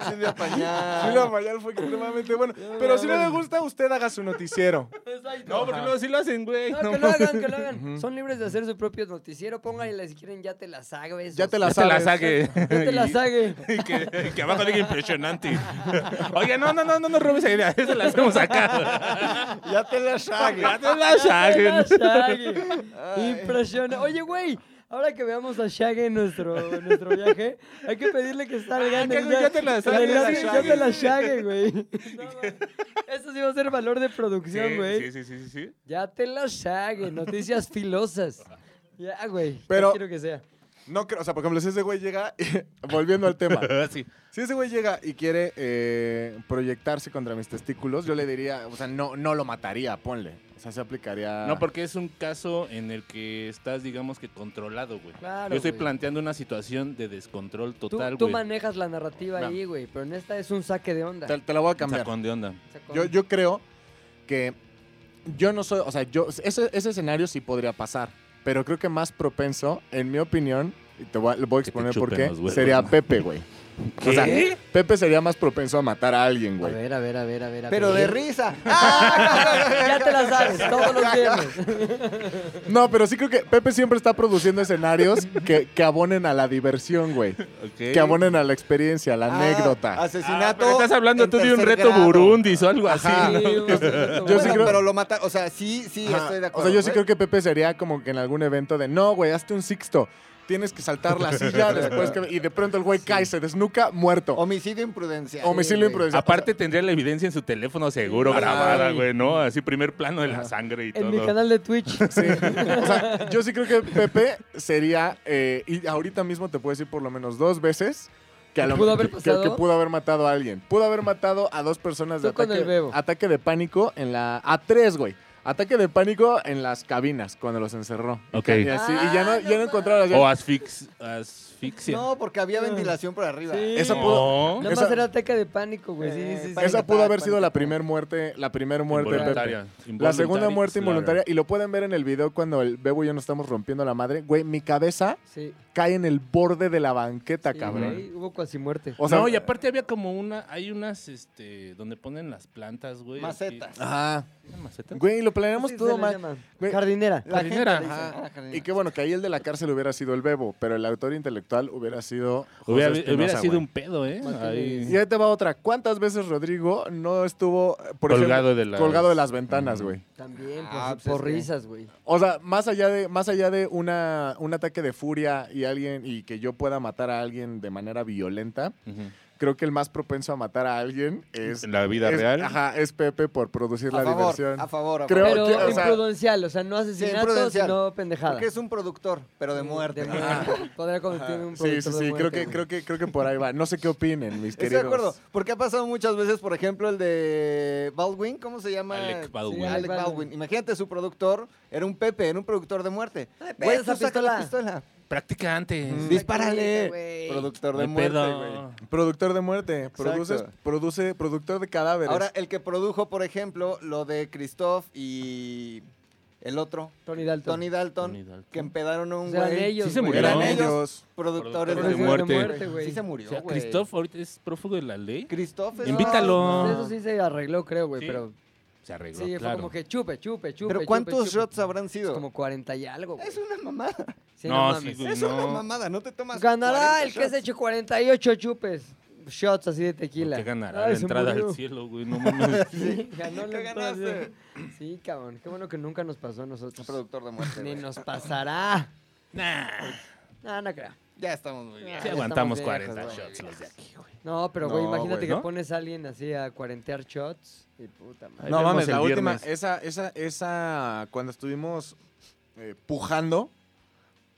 S2: Silvia Pañal.
S4: Silvia Pañal fue extremadamente bueno. Pero si no le gusta, usted haga su noticiero.
S1: Exacto.
S3: No, porque luego sí lo hacen, güey.
S1: No,
S3: No
S1: que lo
S3: mames.
S1: hagan, que lo hagan. Son libres de hacer su propio noticiero. Pónganle, si quieren, ya te la sabes.
S4: Ya te
S1: o
S4: la
S3: Ya te la
S4: sabes.
S3: saque.
S1: Ya te la sague.
S3: Y que, y que abajo diga impresionante. Oye, no, no, no, no nos robes esa idea. Eso la hacemos acá.
S2: Ya te la sagues.
S3: Ya te la
S1: Ya te la
S3: saquen.
S1: sague. Impresiona. Oye, güey, Ahora que veamos a Shaggy en nuestro, en nuestro viaje, hay que pedirle que salga.
S3: Ah,
S1: en
S3: que
S1: el
S3: yo
S1: día-
S3: te la
S1: en
S3: salgo,
S1: el
S3: yo
S1: día-
S3: te la
S1: Yo te la
S3: Shaggy.
S1: Shaggy, güey. No, mames. Eso sí va a ser valor de producción, güey.
S3: sí, sí, sí, sí, sí.
S1: Ya te la Shaggy, noticias filosas. Ya, güey. ¿qué
S4: Pero-
S1: quiero que sea.
S4: No creo, o sea, por ejemplo, si ese güey llega, volviendo al tema,
S3: Sí.
S4: si ese güey llega y quiere eh, proyectarse contra mis testículos, yo le diría, o sea, no, no lo mataría, ponle. O sea, se aplicaría...
S3: No, porque es un caso en el que estás, digamos que controlado, güey.
S1: Claro,
S3: Yo estoy
S1: güey.
S3: planteando una situación de descontrol
S1: Tú,
S3: total,
S1: tú
S3: güey.
S1: manejas la narrativa
S4: No.
S1: ahí, güey, pero en esta es un saque de onda.
S4: Te, te la voy a cambiar.
S3: Sacón de onda.
S1: Sacón.
S4: Yo, yo creo que yo no soy, o sea, yo, ese, ese escenario sí podría pasar, pero creo que más propenso, en mi opinión, y te voy a, lo voy a
S3: te
S4: exponer
S3: chupen
S4: por qué,
S3: los huevos,
S4: sería
S3: ¿no?
S4: Pepe, güey. O sea,
S3: ¿Qué?
S4: Pepe sería más propenso a matar a alguien,
S1: A
S4: güey.
S1: ver, a ver, a ver, a ver. a
S2: Pero de
S1: ver.
S2: risa.
S1: Ya te la sabes, todos los viernes.
S4: No, pero sí creo que Pepe siempre está produciendo escenarios que, que abonen a la diversión, güey.
S3: Okay.
S4: Que abonen a la experiencia, a la
S2: Ah,
S4: anécdota.
S3: Ah,
S2: asesinato.
S3: pero estás hablando
S2: en
S3: tú de un
S2: tercer
S3: reto
S2: grado.
S3: burundis o algo así.
S1: Sí,
S3: ¿no?
S1: un momento,
S4: Yo
S1: güey.
S4: sí
S2: Bueno,
S4: creo-
S2: pero lo mata, o sea, sí, sí,
S4: Ajá.
S2: estoy de
S4: o
S2: acuerdo.
S4: sea, yo sí
S2: güey.
S4: creo que Pepe sería como que en algún evento de no, güey, hazte un sixto. Tienes que saltar la silla después que. Y de pronto el güey cae, se desnuca, muerto.
S2: ¿eh? Homicidio imprudencial.
S4: Homicidio
S1: güey.
S4: imprudencial.
S3: Aparte tendría la evidencia en su teléfono seguro
S1: Ah,
S3: grabada,
S1: sí.
S3: güey, ¿no? Así primer plano de la sangre y todo.
S1: En mi canal de Twitch.
S4: Sí. O sea, yo sí creo que Pepe sería. eh, y ahorita mismo te puedo decir por lo menos dos veces. Que, a lo-
S1: ¿Pudo haber
S4: que-
S1: pasado?
S4: que pudo haber matado a alguien. Pudo haber matado a dos personas de
S1: Tú con el
S4: ataque,
S1: Bebo.
S4: ataque de pánico en la. A tres, güey. Ataque de pánico en las cabinas cuando los encerró.
S3: Ok.
S4: Y, así, y ya no,
S1: Ah,
S4: ya no
S1: no
S4: encontraron las
S3: O
S4: llaves.
S3: asfix- asfixia.
S2: No, porque había ventilación por arriba.
S1: Sí.
S4: Esa
S1: No.
S4: pudo,
S3: No.
S1: Nada más
S4: Esa-
S1: era ataque de pánico, güey. Sí, sí, sí.
S2: pánico.
S4: esa pudo haber sido la
S2: pánico.
S4: primera muerte, la primera muerte de Pepe.
S3: Involuntaria.
S4: La segunda
S3: Involuntaria.
S4: muerte
S3: Claro.
S4: involuntaria. Y lo pueden ver en el video cuando el Bebo y yo nos estamos rompiendo la madre. Güey, mi cabeza
S1: Sí.
S4: cae en el borde de la banqueta,
S1: Sí,
S4: Ah, cabrón.
S1: güey, Hubo cuasi muerte.
S4: O sea,
S3: no, y aparte había como una, hay unas, este, donde ponen las plantas, güey.
S2: Macetas.
S4: Ajá.
S3: aquí. ¿Son macetas?
S4: Güey, lo planeamos
S1: Sí, se
S4: todo
S1: le
S4: mal.
S1: llama.
S4: Güey,
S1: Jardinera.
S2: La gente
S3: Jardinera.
S2: le dice,
S4: Ajá.
S2: ah, jardinera.
S4: Y qué bueno que ahí el de la cárcel hubiera sido el bebo, pero el autor intelectual hubiera sido. José
S3: Hubiera,
S4: Espinoza,
S3: hubiera sido
S4: güey.
S3: un pedo, ¿eh? Ahí.
S4: Y ahí te va otra. ¿Cuántas veces Rodrigo no estuvo eh, por
S3: Colgado
S4: ejemplo,
S3: de las-
S4: colgado de las ventanas, güey?
S1: También, por,
S2: Ah, pues
S1: por
S2: es que-
S1: risas, güey.
S4: O sea, más allá de, más allá de una, un ataque de furia y alguien y que yo pueda matar a alguien de manera violenta,
S3: Ujú.
S4: creo que el más propenso a matar a alguien es.
S3: En la vida
S4: es-
S3: real.
S4: Ajá, es Pepe por producir
S2: a
S4: la
S2: favor,
S4: diversión.
S2: a favor, a
S4: Creo-
S2: favor.
S1: Pero
S4: que, o sea,
S1: imprudencial, o sea, no asesinato,
S2: imprudencial.
S1: sino pendejada. Mm,
S2: Porque es un productor, pero de muerte.
S1: De muerte. Podría convertirme en un
S4: Sí, sí,
S1: productor de
S4: sí, creo
S1: muerte,
S4: que,
S1: güey.
S4: creo, que, creo que por ahí va. No sé qué opinen, mis
S2: Estoy de
S4: queridos.
S2: acuerdo, porque ha pasado muchas veces, por ejemplo, el de Baldwin, ¿cómo se llama?
S3: Alec Baldwin.
S2: Sí, Alec Baldwin. Imagínate, su productor era un Pepe, era un productor de muerte. Güey,
S1: esa
S2: tú saca la pistola.
S3: Practica antes.
S4: Mm.
S2: Dispárale.
S1: Güey.
S2: Productor de
S3: No hay
S2: muerte,
S3: pedo.
S2: güey.
S4: Productor de muerte, produces,
S2: Exacto.
S4: produce, productor de cadáveres.
S2: Ahora, el que produjo, por ejemplo, lo de Christoph y el otro,
S1: Tony Dalton.
S2: Tony Dalton,
S3: Tony Dalton.
S2: que empedaron a un
S1: Eran
S2: güey.
S1: ellos,
S3: Sí se
S1: güey.
S3: murieron.
S2: Eran
S3: Eran
S2: ellos productores
S3: Productores
S2: de,
S3: de
S2: muerte.
S1: muerte, güey.
S2: Sí se
S3: O
S2: murió,
S3: sea,
S2: güey.
S3: Christoph ahorita es prófugo de la ley.
S2: Christoph es-
S3: Invítalo.
S1: Eso sí se arregló, creo, güey,
S3: Sí.
S1: pero
S3: Se arregló,
S1: sí, fue
S3: claro.
S1: como que chupe, chupe, chupe.
S2: Pero
S1: chupe,
S2: ¿cuántos
S1: chupe.
S2: shots habrán sido?
S1: Es como 40 y algo, güey.
S2: Es una mamada.
S1: Sí,
S3: No,
S1: no,
S3: sí,
S1: mames.
S3: güey.
S2: Es
S3: no.
S2: una mamada, no te tomas.
S1: Ganará
S2: 40
S1: el que se
S2: shots.
S1: eche 48 chupes. Shots así de
S3: ¿Por
S1: tequila.
S3: ¿Qué ganará
S1: Ay,
S3: la
S1: se
S3: entrada
S1: murió.
S3: al cielo, güey? No mames.
S1: Sí, ganó la
S2: ¿Qué
S1: entrada.
S2: ganaste?
S1: Sí, cabrón. Qué bueno que nunca nos pasó a nosotros.
S2: Productor de muerte.
S1: Ni
S2: güey.
S1: nos pasará.
S3: nah.
S1: No, no creo.
S2: Ya estamos muy bien.
S1: Ya
S3: Sí
S1: estamos
S3: aguantamos
S1: viejos,
S3: 40
S1: güey.
S3: shots los de aquí, güey.
S1: No, pero güey,
S4: No,
S1: imagínate
S4: güey,
S1: que
S3: ¿no?
S1: pones a alguien así a cuarentear shots y puta madre.
S3: Ahí
S4: No
S3: vemos
S4: mames,
S3: el
S4: la última,
S3: viernes.
S4: esa, esa, esa, cuando estuvimos eh, pujando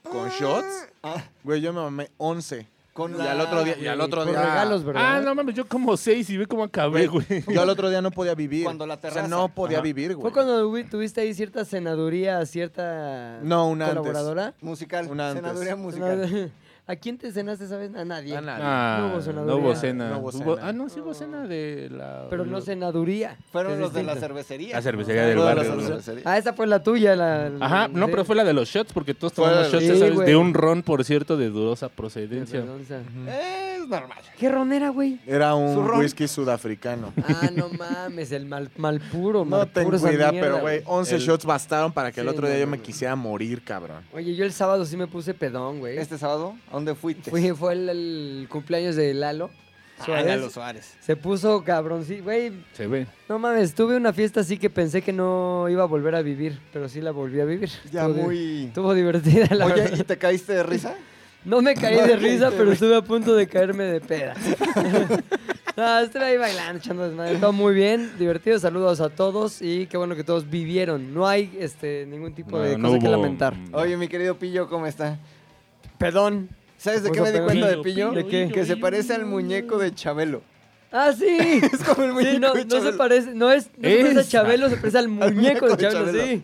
S4: con shots,
S2: Ah,
S4: güey, yo me mamé 11.
S2: con
S4: Y
S2: la-
S4: al otro día, y al
S1: Güey,
S4: otro
S1: con
S4: día.
S1: regalos, ¿verdad?
S3: Ah, no mames, yo como seis y ve cómo acabé, Ah, güey.
S4: Yo al otro día no podía vivir.
S2: Cuando la terraza.
S4: O sea, no podía
S3: Ajá.
S4: vivir, güey.
S1: ¿Fue cuando hubi- tuviste ahí cierta senaduría, cierta
S4: No, una antes.
S1: colaboradora?
S2: Musical.
S4: Una antes.
S2: Senaduría musical.
S1: ¿A quién te cenaste esa vez? A nadie.
S4: A nadie.
S3: Ah,
S1: No hubo
S3: no,
S1: cenaduría.
S3: hubo cena.
S4: No hubo
S3: Hubo-
S4: cena.
S3: Ah, no, sí hubo
S1: No.
S3: cena de la.
S1: Pero no cenaduría. que
S2: Fueron
S1: es
S2: los de la
S1: distinto.
S2: cervecería.
S3: La cervecería del
S4: Fue de la
S3: barrio. güey.
S4: cervecería.
S1: Ah, esa fue la tuya. La, la-
S3: Ajá, no,
S1: sí.
S3: pero fue la de los shots, porque todos
S4: Fue la
S3: tomamos
S4: de-
S3: shots
S1: Sí,
S3: esa vez,
S1: güey.
S3: de un ron, por cierto, de dudosa
S1: De
S3: procedencia.
S1: Redonza.
S2: Es normal.
S1: ¿Qué ronera, güey?
S4: Era un
S2: Su ron.
S4: whisky sudafricano.
S1: Ah, no mames, el mal, mal puro.
S4: No tengo idea, pero güey, 11
S3: El-
S4: shots bastaron para que el
S1: Sí,
S4: otro
S1: no,
S4: día yo
S1: no,
S4: me
S1: no.
S4: quisiera morir, cabrón.
S1: Oye, yo el sábado sí me puse pedón, güey.
S2: Este sábado, ¿a dónde fuiste?
S1: Fui- fue el, el cumpleaños de Lalo. Suárez.
S2: Ándalo, Suárez.
S1: Se puso cabroncito. Güey,
S3: Se ve.
S1: no mames, tuve una fiesta así que pensé que no iba a volver a vivir, pero sí la volví a vivir.
S2: Ya
S1: Estuvo di-
S2: muy...
S1: Estuvo divertida la
S2: Oye,
S1: verdad.
S2: ¿y te caíste de risa?
S1: No me caí de risa, pero estuve a punto de caerme de peda. no, estuve ahí bailando, echando desmadre. Todo muy bien, divertido. Saludos a todos y qué bueno que todos vivieron. No hay este, ningún tipo de
S3: No, no
S1: cosa que
S3: hubo-
S1: lamentar.
S2: Oye, mi querido Pillo, ¿cómo está?
S1: Perdón.
S2: ¿Sabes de
S1: Vamos
S2: qué
S1: a
S2: me di
S1: pegar-
S2: cuenta de
S3: Pillo,
S2: Pillo?
S1: ¿De qué?
S2: Que se parece al muñeco de Chabelo.
S1: ¡Ah, sí!
S2: Es como el muñeco
S1: Sí, no,
S2: de
S1: no se
S2: Chabelo.
S1: parece, no es, no se parece a
S3: Esa.
S1: Chabelo, se parece al muñeco de
S2: muñeco de
S1: Chabelo, sí.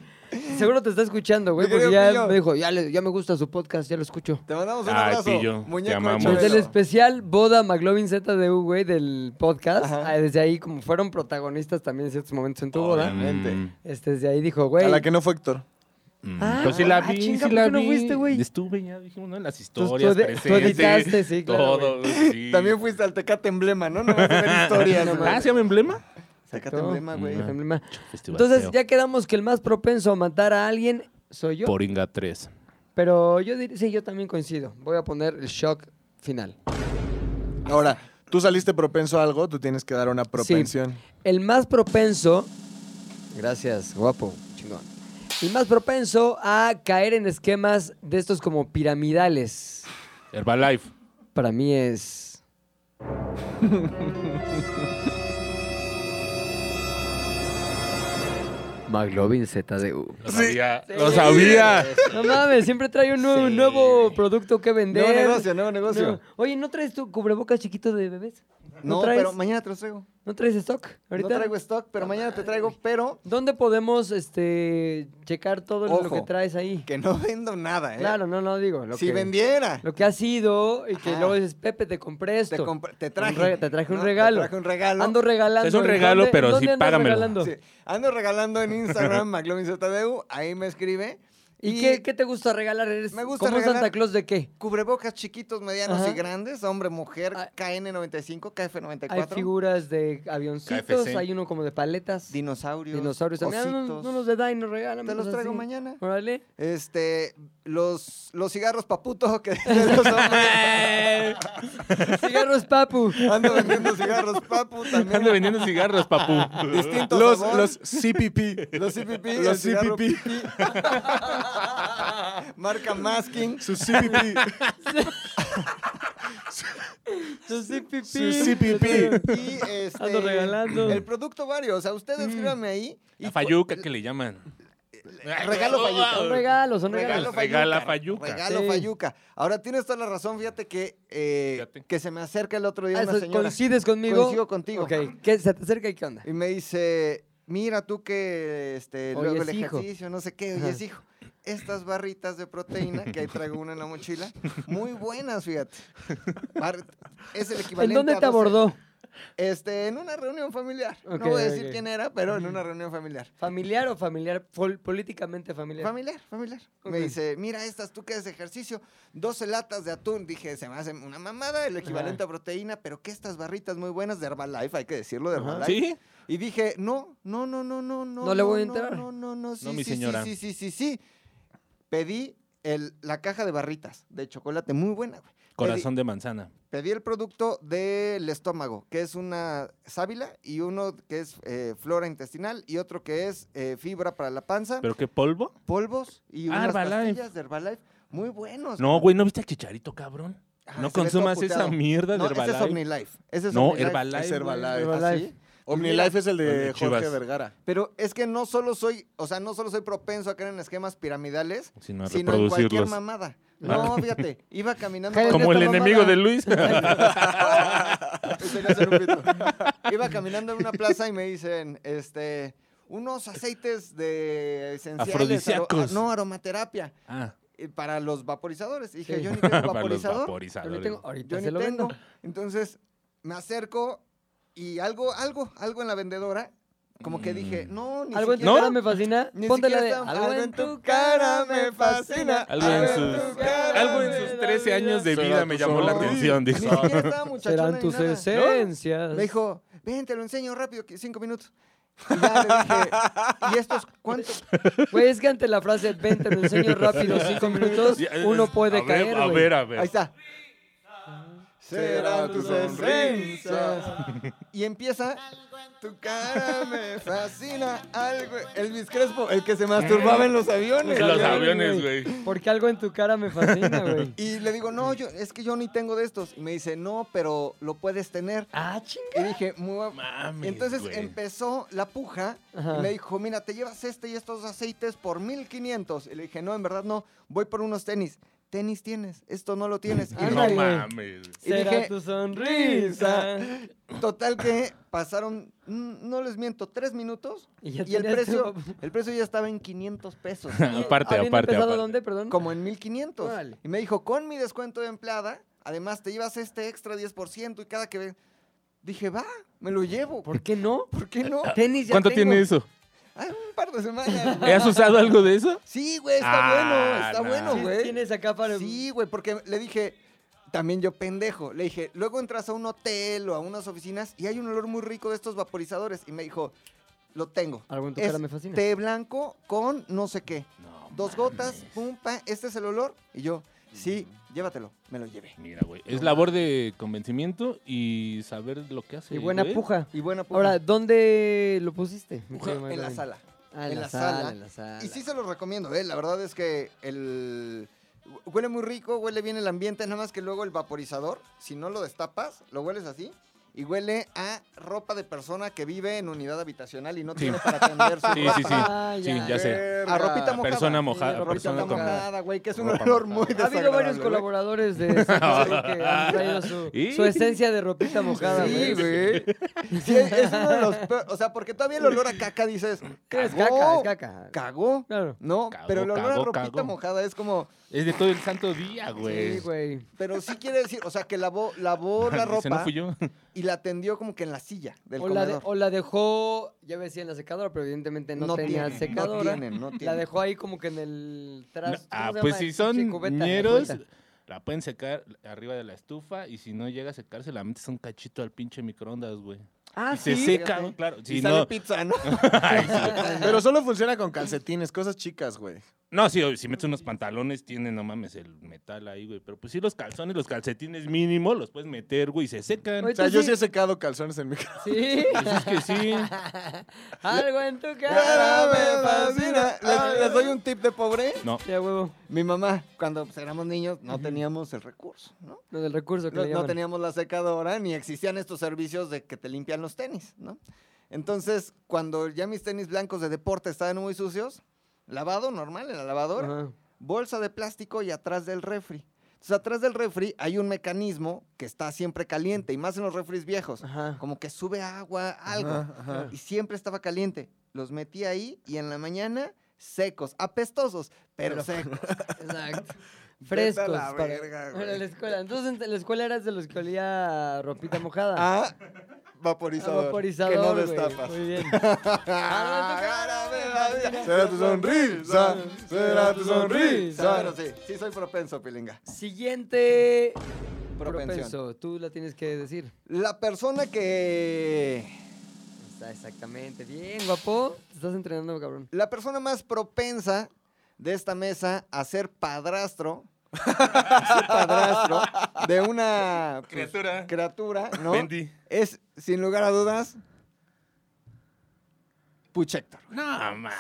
S1: Seguro te está escuchando, güey,
S2: Mi
S1: porque
S2: querido
S1: ya
S2: Pillo.
S1: me dijo, ya, le- ya me gusta su podcast, ya lo escucho.
S2: Te mandamos un
S3: Ay,
S2: abrazo.
S3: Pillo, te
S2: muñeco de
S3: amamos.
S1: Desde el
S2: Chabelo.
S1: especial Boda McLovin ZDU, güey, del podcast,
S2: Ajá.
S1: ah, desde ahí, como fueron protagonistas también en ciertos momentos en tu boda,
S2: Obviamente.
S3: Mm,
S1: este, desde ahí dijo, güey,
S4: A la que no fue Héctor.
S3: mm.
S1: Ah,
S3: Yo sí la vi,
S1: chinga,
S3: sí
S1: ¿por
S3: la
S1: qué no
S3: vi.
S1: fuiste, güey?
S3: Estuve ya, dijimos, ¿no? En las
S1: tú
S3: historias
S1: edi- tú
S3: presentes,
S1: editaste, sí, claro,
S3: Todo, sí.
S2: También fuiste al Tecate Emblema, ¿no? No vas a ver historias.
S1: No
S2: güey.
S3: Ah, ¿se llama emblema?
S2: Tecate Emblema, güey.
S1: Tecate Emblema.
S3: Festival
S1: Entonces
S3: Feo.
S1: ya quedamos que el más propenso a matar a alguien soy yo,
S3: Poringa 3.
S1: pero yo diría, sí, yo también coincido, voy a poner el shock final.
S4: Ahora, tú saliste propenso a algo, tú tienes que dar una propensión.
S1: El más propenso. Gracias, guapo, chingón. El más propenso a caer en esquemas de estos como piramidales.
S3: Herbalife.
S1: Para mí es. McLovin ZDU.
S3: Lo sabía.
S1: Sí.
S3: Ah, Lo sabía.
S1: No mames, siempre trae un nuevo, un nuevo producto que vender.
S2: Nuevo negocio, nuevo negocio.
S1: No. Oye, ¿no traes tu cubrebocas chiquito de bebés?
S2: No,
S1: traes?
S2: pero mañana te los traigo.
S1: ¿No traes stock? Ahorita.
S2: No traigo stock, pero mañana te traigo, pero
S1: ¿Dónde podemos este, checar todo lo
S2: Ojo,
S1: que traes ahí?
S2: que no vendo nada, ¿eh?
S1: Claro, no, no digo. Lo
S2: si
S1: que,
S2: vendiera,
S1: Lo que ha sido y que
S2: Ajá.
S1: luego dices, Pepe, te compré esto.
S2: te, compra- te
S1: Un
S2: traje.
S1: re- te traje un
S2: ¿no?
S1: regalo.
S2: Te traje un regalo.
S1: Ando regalando.
S3: Es un
S1: ¿En
S3: regalo,
S1: dónde-
S3: pero
S1: en
S3: sí,
S1: dónde andas
S3: págamelo.
S1: regalando?
S2: Sí, ando regalando en Instagram McLovinZDU, ahí me escribe.
S1: ¿Y, qué, qué te gusta regalar? ¿Eres
S2: Me gusta
S1: como un Santa
S2: regalar-
S1: Claus de qué?
S2: Cubrebocas chiquitos, medianos
S1: Ajá.
S2: y grandes, hombre, mujer,
S1: Ah.
S2: KN95,
S1: Hay
S2: KF94,
S1: figuras de avioncitos,
S3: KFC.
S1: hay uno como de paletas,
S2: dinosaurios,
S1: dinosaurios. ah, También hay unos,
S2: ositos.
S1: unos de Dino, regálame.
S2: Te los
S1: cosas
S2: traigo
S1: así.
S2: mañana.
S1: Órale.
S2: Este, los, los cigarros paputo que de los hombres.
S1: Cigarros Papu.
S2: Ando vendiendo cigarros papu también.
S3: Ando vendiendo cigarros, papu.
S2: Distinto
S4: Los,
S2: sabor.
S4: los CPP.
S2: Los CPP,
S4: Los
S2: el cigarro
S4: CPP.
S2: pipí. Marca Masking.
S4: Su CPP.
S1: Su CPP.
S4: Su CPP.
S2: Y este,
S1: Ando regalando. Mm.
S2: El producto vario. O sea, ustedes escríbanme ahí. Y
S3: La fayuca que le llaman.
S1: Eh,
S2: Regalo fayuca.
S1: Son regalos, son regalos.
S2: Regalo fayuca.
S3: Regala fayuca.
S2: Regalo
S1: Sí.
S2: fayuca. Ahora tienes toda la razón, fíjate que, eh,
S3: Fíjate.
S2: que se me acerca el otro día
S1: Ah,
S2: una
S1: eso,
S2: señora
S1: ¿Coincides conmigo?
S2: Coincido contigo.
S1: Ok, ¿qué se te acerca y qué onda?
S2: y me dice, mira tú que este,
S1: Hoy
S2: luego
S1: es
S2: el
S1: hijo.
S2: ejercicio, no sé qué,
S1: Ajá.
S2: oye, es hijo. Estas barritas de proteína, que ahí traigo una en la mochila, muy buenas, fíjate. Bar- es el
S1: ¿En
S2: equivalente
S1: dónde
S2: a
S1: te
S2: 12.
S1: abordó?
S2: Este, en una reunión familiar.
S1: Ok,
S2: no voy a decir
S1: ok.
S2: quién era, pero en una reunión familiar.
S1: ¿Familiar o familiar? Fol- políticamente familiar.
S2: Familiar, familiar. Me
S1: Ok.
S2: dice, mira estas, tú que haces ejercicio, 12 latas de atún. Dije, se me hace una mamada, el equivalente a proteína, pero que estas barritas muy buenas de Herbalife, hay que decirlo, de
S1: Ajá.
S2: Herbalife.
S3: ¿Sí?
S1: Eh,
S2: Y dije, no, no, no, no, no, no.
S1: No le voy a entrar.
S2: No, no, no, sí,
S3: No, mi
S2: sí, sí,
S3: señora.
S2: Sí, sí, sí, sí. Pedí el- la caja de barritas de chocolate, muy buena, güey.
S3: Corazón de manzana.
S2: Pedí el producto del estómago, que es una sábila, y uno que es eh, flora intestinal, y otro que es eh, fibra para la panza,
S3: ¿Pero qué polvo?
S2: polvos y
S3: Ah,
S2: unas
S3: Herbalife.
S2: pastillas de Herbalife muy buenos.
S3: No, güey, ¿no viste al chicharito, cabrón?
S1: Ah,
S2: Ajá,
S3: no
S2: se ve
S3: consumas
S2: todo
S3: esa
S2: puteado.
S3: mierda de
S2: No, ese es
S3: Herbalife.
S2: OmniLife. Ese es
S3: No,
S2: OmniLife.
S3: Herbalife.
S4: Es
S3: güey.
S4: Herbalife.
S1: Herbalife.
S2: ¿Ah, sí?
S4: OmniLife es el de
S3: El de
S4: Jorge
S3: Chivas.
S4: Vergara.
S2: Pero es que no solo soy, o sea, no solo soy propenso a caer en esquemas piramidales,
S3: Sino a
S2: sino en cualquier
S3: reproducirlos. Ah.
S2: mamada. No, fíjate, iba caminando.
S1: Jaime,
S3: Como el
S1: Esta
S3: enemigo
S1: mamada.
S3: de Luis.
S2: Y quería hacer un pito. Iba caminando en una plaza y me dicen, este, unos aceites de esenciales. aro-
S3: Afrodisíacos.
S2: a- no, aromaterapia.
S3: ah,
S2: eh, Para los vaporizadores. Y dije,
S1: Sí.
S2: yo ni
S3: para
S2: tengo
S3: los
S2: vaporizador.
S1: Yo ni
S3: vaporizadores.
S1: tengo-
S2: Yo
S1: ahorita se
S2: ni
S1: lo vendo.
S2: tengo. Entonces, me acerco y algo, algo, algo en la vendedora. Como que dije,
S3: Mm.
S2: no, ni
S1: Algo en tu
S2: siquiera.
S1: cara me fascina.
S2: Ni
S1: Ponte la de.
S2: siquiera está-
S1: Algo en tu cara me fascina.
S3: Algo en, sus, algo en sus 13 años de vida me llamó la
S2: Ay,
S3: atención,
S2: Ni
S3: dijo.
S2: siquiera estaba muchachona
S1: Serán
S2: ni
S1: tus
S2: nada.
S1: esencias.
S2: Me dijo, ven, te lo enseño rápido, que- cinco minutos. Y ya le dije, ¿y estos cuántos?
S1: Güey, es que ante la frase, ven, te lo enseño rápido, cinco minutos,
S3: Ya,
S1: uno
S3: es-
S1: puede
S3: a ver,
S1: caer.
S3: A
S1: güey.
S3: ver, a ver.
S2: Ahí está. serán tus
S4: sonrisas.
S2: sonrisas. Y empieza. Tu cara me fascina. Algo. Elvis Crespo, el que se masturbaba en los aviones.
S3: En los
S1: Aviones,
S3: aviones, güey.
S1: Porque algo en tu cara me fascina, güey.
S2: Y le digo, no, yo, es que yo ni tengo de estos. Y me dice, no, pero lo puedes tener.
S1: Ah, chinga.
S2: Y dije, muy bueno.
S3: Mames,
S2: Entonces
S3: güey.
S2: empezó la puja
S1: Ajá.
S2: y me dijo, mira, te llevas este y estos aceites por 1500. Y le dije, no, en verdad no, voy por unos tenis. Tenis tienes, esto no lo tienes.
S1: Ah,
S2: Y
S3: No
S1: Ándale, güey.
S3: mames. güey.
S2: Y
S1: Será
S2: dije,
S1: tu sonrisa.
S2: Total que pasaron, mm, no les miento, tres minutos
S1: Y ya
S2: y el
S1: tenías
S2: precio,
S1: tu-
S2: el precio ya estaba en 500 pesos.
S1: ¿Habían
S3: Aparte, aparte,
S1: empezado
S3: aparte.
S1: dónde, perdón?
S2: como en 1500.
S1: Órale.
S2: Y me dijo, con mi descuento de empleada, además te llevas este extra 10% y cada que... ve-". Dije, va, me lo llevo. ¿Por,
S1: ¿Por qué no?
S2: qué no?
S1: Tenis ya
S3: Ah, ¿Cuánto
S1: tengo.
S3: tiene eso?
S2: Ay, un par de semanas.
S3: ¿Has usado algo de eso?
S2: Sí, güey, está
S3: Ah,
S2: bueno, está
S3: no.
S1: Sí,
S2: bueno, güey.
S1: Tienes acá para...
S2: Sí, güey, porque le dije, también yo pendejo, le dije, luego entras a un hotel o a unas oficinas y hay un olor muy rico de estos vaporizadores. Y me dijo, lo tengo.
S1: Algo en tu
S2: Es
S1: cara me fascina.
S2: Té blanco con no sé qué.
S3: No.
S2: Dos gotas, pum, pa, este es el olor. Y yo, sí, llévatelo, me lo llevé.
S3: Mira, güey. Es labor de convencimiento y saber lo que hace.
S1: Y buena
S3: güey.
S1: puja.
S2: Y pues, buena puta.
S1: Ahora, ¿dónde lo pusiste? mi
S2: Puja
S1: querido
S2: en la
S1: Magdalena?
S2: sala.
S1: Ah, en,
S2: en
S1: la,
S2: la
S1: sala,
S2: sala.
S1: En la sala.
S2: Y sí se los recomiendo, ¿eh? La verdad es que el... Huele muy rico, huele bien el ambiente, nada más que luego el vaporizador, si no lo destapas, lo hueles así, y huele a ropa de persona que vive en unidad habitacional y no tiene para atender su
S3: Sí,
S2: ropa.
S3: sí, sí.
S1: Ah,
S3: sí,
S1: ya.
S3: ya sé.
S2: A ropita mojada.
S3: Persona
S1: Sí,
S3: mojada.
S1: ropita
S3: persona
S2: Ropita
S3: con-
S2: mojada, güey, que es un
S3: Ropa
S2: olor
S3: mojada.
S2: muy
S1: Ha habido varios
S2: desagradable, güey.
S1: colaboradores de Sexy Show que han traído su,
S3: Y-
S1: su esencia de ropita mojada,
S2: Sí,
S1: güey.
S2: güey. Sí, es es uno de los peor- O sea, porque todavía el olor a caca dices.
S1: Que Es caca,
S2: "Cagó,
S1: es caca.
S2: Cagó.
S1: Claro.
S2: No,
S3: Cagó,
S2: pero el olor
S3: cagó,
S2: a ropita
S3: cagó.
S2: mojada es como.
S3: Es de todo el santo día, güey.
S1: Sí, güey.
S2: Pero sí quiere decir, o sea, que lavó, lavó la
S3: Dice, no
S2: ropa
S3: fui yo.
S2: y la tendió como que en la silla del
S1: O la, de-
S2: comedor.
S1: o la dejó, ya me decía en la secadora, pero evidentemente no, tenía
S2: tienen,
S1: secadora.
S2: No tienen, no
S1: La
S2: tienen.
S1: dejó ahí como que en el trasto.
S3: Ah,
S1: ¿cómo se
S3: pues
S1: llama?
S3: si son
S1: Sí, cubeta,
S3: ñeros,
S1: cubeta.
S3: la pueden secar arriba de la estufa y si no llega a secarse, la metes un cachito al pinche microondas, güey.
S1: Ah,
S3: y se
S1: sí.
S3: seca, ¿no? claro.
S2: y
S3: Si
S2: sale
S3: no,
S2: pizza, ¿no?
S3: Ay, sí.
S4: Pero solo funciona con calcetines, cosas chicas, güey.
S3: No, sí, si metes unos pantalones, tiene, no mames, el metal ahí, güey. Pero pues sí, los calzones, los calcetines mínimo, los puedes meter, güey, y se secan.
S1: Oye,
S4: O sea,
S1: Entonces
S4: yo
S1: sí.
S4: sí he secado calzones en mi casa.
S1: Sí.
S3: Pues es que sí.
S1: Algo en tu cara
S2: Cara
S1: me
S2: me
S1: fascina.
S2: fascina. Les, les doy un tip de pobre.
S3: No.
S1: Sí, a huevo.
S2: Mi mamá, cuando pues, éramos niños, no teníamos el recurso, ¿no?
S1: Lo del recurso que
S2: No,
S1: le
S2: no
S1: llaman.
S2: teníamos la secadora ni existían estos servicios de que te limpian los tenis, ¿no? Entonces, cuando ya mis tenis blancos de deporte estaban muy sucios, lavado normal en la lavadora,
S1: Ajá.
S2: bolsa de plástico y atrás del refri. Entonces, atrás del refri hay un mecanismo que está siempre caliente, y más en los refris viejos.
S1: Ajá.
S2: Como que sube agua, algo. Y siempre estaba caliente. Los metí ahí y en la mañana secos, apestosos,
S1: Pero-
S2: pero, secos.
S1: Exacto. Frescos.
S4: Vete a la
S1: para-
S4: verga, güey.
S1: para la escuela. Entonces, en la escuela eras de los que olía a ropita mojada.
S2: Ah,
S1: A
S2: vaporizador.
S1: vaporizador,
S2: Que no
S1: güey.
S2: destapas.
S1: Muy bien.
S4: Será tu sonrisa, será tu sonrisa.
S2: Pero sí, sí soy propenso, pilinga.
S1: Siguiente
S2: Propensión.
S1: propenso. Tú la tienes que decir.
S2: La persona que...
S1: Está exactamente. Bien, guapo. Te estás entrenando, cabrón.
S2: La persona más propensa de esta mesa a ser padrastro... a ser padrastro de una... pues,
S3: Criatura.
S2: criatura, ¿no?
S3: Bendy.
S2: Es, sin lugar a dudas, Puchector.
S3: No, mames.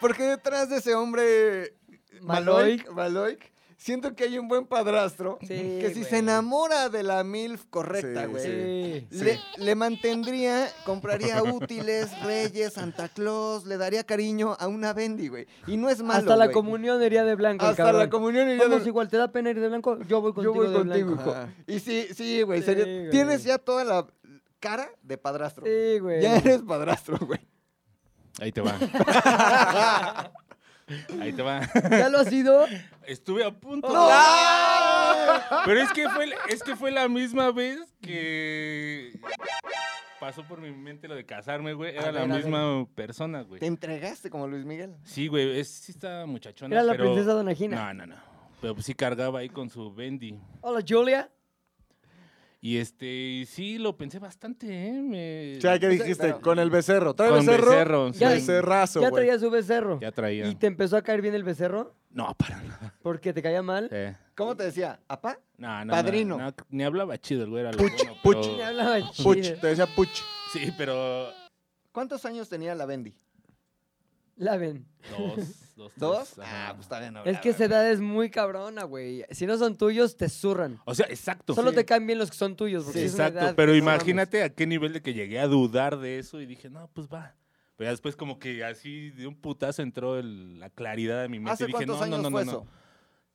S2: Porque detrás de ese hombre
S1: Maloic.
S2: Maloic, Maloic, siento que hay un buen padrastro
S1: Sí,
S2: que si
S1: güey.
S2: se enamora de la MILF correcta,
S4: Sí,
S2: güey.
S1: Sí.
S2: Le, le mantendría, compraría útiles, reyes, Santa Claus, le daría cariño a una Bendy, güey. Y no es malo,
S1: Hasta la
S2: güey.
S1: comunión iría de blanco. el
S2: Hasta
S1: cabrón.
S2: la comunión iría de-
S1: Vamos igual, ¿te da pena ir de blanco? Yo voy
S2: Yo
S1: contigo
S2: voy
S1: de
S2: contigo,
S1: blanco. Ah.
S2: hijo. Y sí, sí, güey.
S1: Sí,
S2: sería-
S1: güey.
S2: Tienes ya toda la cara de padrastro.
S1: Sí, güey.
S2: Ya eres padrastro, güey.
S3: Ahí te va. Ahí te va.
S1: ¿Ya lo has ido?
S3: Estuve a punto. Pero es que fue, es que fue la misma vez que pasó por mi mente lo de casarme, güey. Era
S1: A
S3: la
S1: ver, a
S3: misma persona, güey.
S2: Te entregaste como Luis Miguel.
S3: Sí, güey, es, sí estaba muchachona.
S1: Era la
S3: pero...
S1: princesa Donajina.
S3: No, no, no. Pero pues sí cargaba ahí con su bendy.
S1: Hola, Julia.
S3: Y este, y sí, lo pensé bastante, ¿eh? Me-
S4: O sea, ¿qué dijiste?
S2: pero-
S4: Con el becerro. Trae
S3: Con
S4: becerro.
S3: becerro, sí.
S1: Ya-
S4: Becerrazo,
S1: ya
S4: güey.
S1: traías su becerro.
S3: Ya traía.
S1: ¿Y te empezó a caer bien el becerro?
S3: No, para nada.
S1: Porque te caía mal.
S3: Sí.
S2: ¿Cómo te decía? ¿Apá?
S3: No, no,
S2: Padrino.
S3: no, no, ni hablaba chido el güey. Era lo
S4: Puch,
S3: bueno,
S4: puch.
S3: pero-
S1: Ya hablaba chido.
S4: Puch, te decía puch.
S3: Sí, pero
S2: ¿Cuántos años tenía la Bendy?
S1: La ven.
S3: dos. Dos.
S2: ¿Dos?
S3: tres, Pues, ajá.
S1: Ah,
S2: está bien. no,
S1: Es
S2: la
S1: que esa
S2: verdad.
S1: edad es muy cabrona, güey. Si no son tuyos, te zurran.
S3: O sea, exacto.
S1: Solo
S3: Sí.
S1: te caen bien los que son tuyos. Porque
S3: Sí,
S1: es una
S3: exacto,
S1: edad
S3: pero
S1: que no
S3: imagínate a qué nivel de que llegué a dudar de eso y dije, no, pues va. Pero ya después como que así de un putazo entró el- la claridad de mi mente.
S2: ¿Hace
S3: y dije,
S2: cuántos
S3: no,
S2: años
S3: no, no,
S2: fue
S3: no,
S2: eso?
S3: no.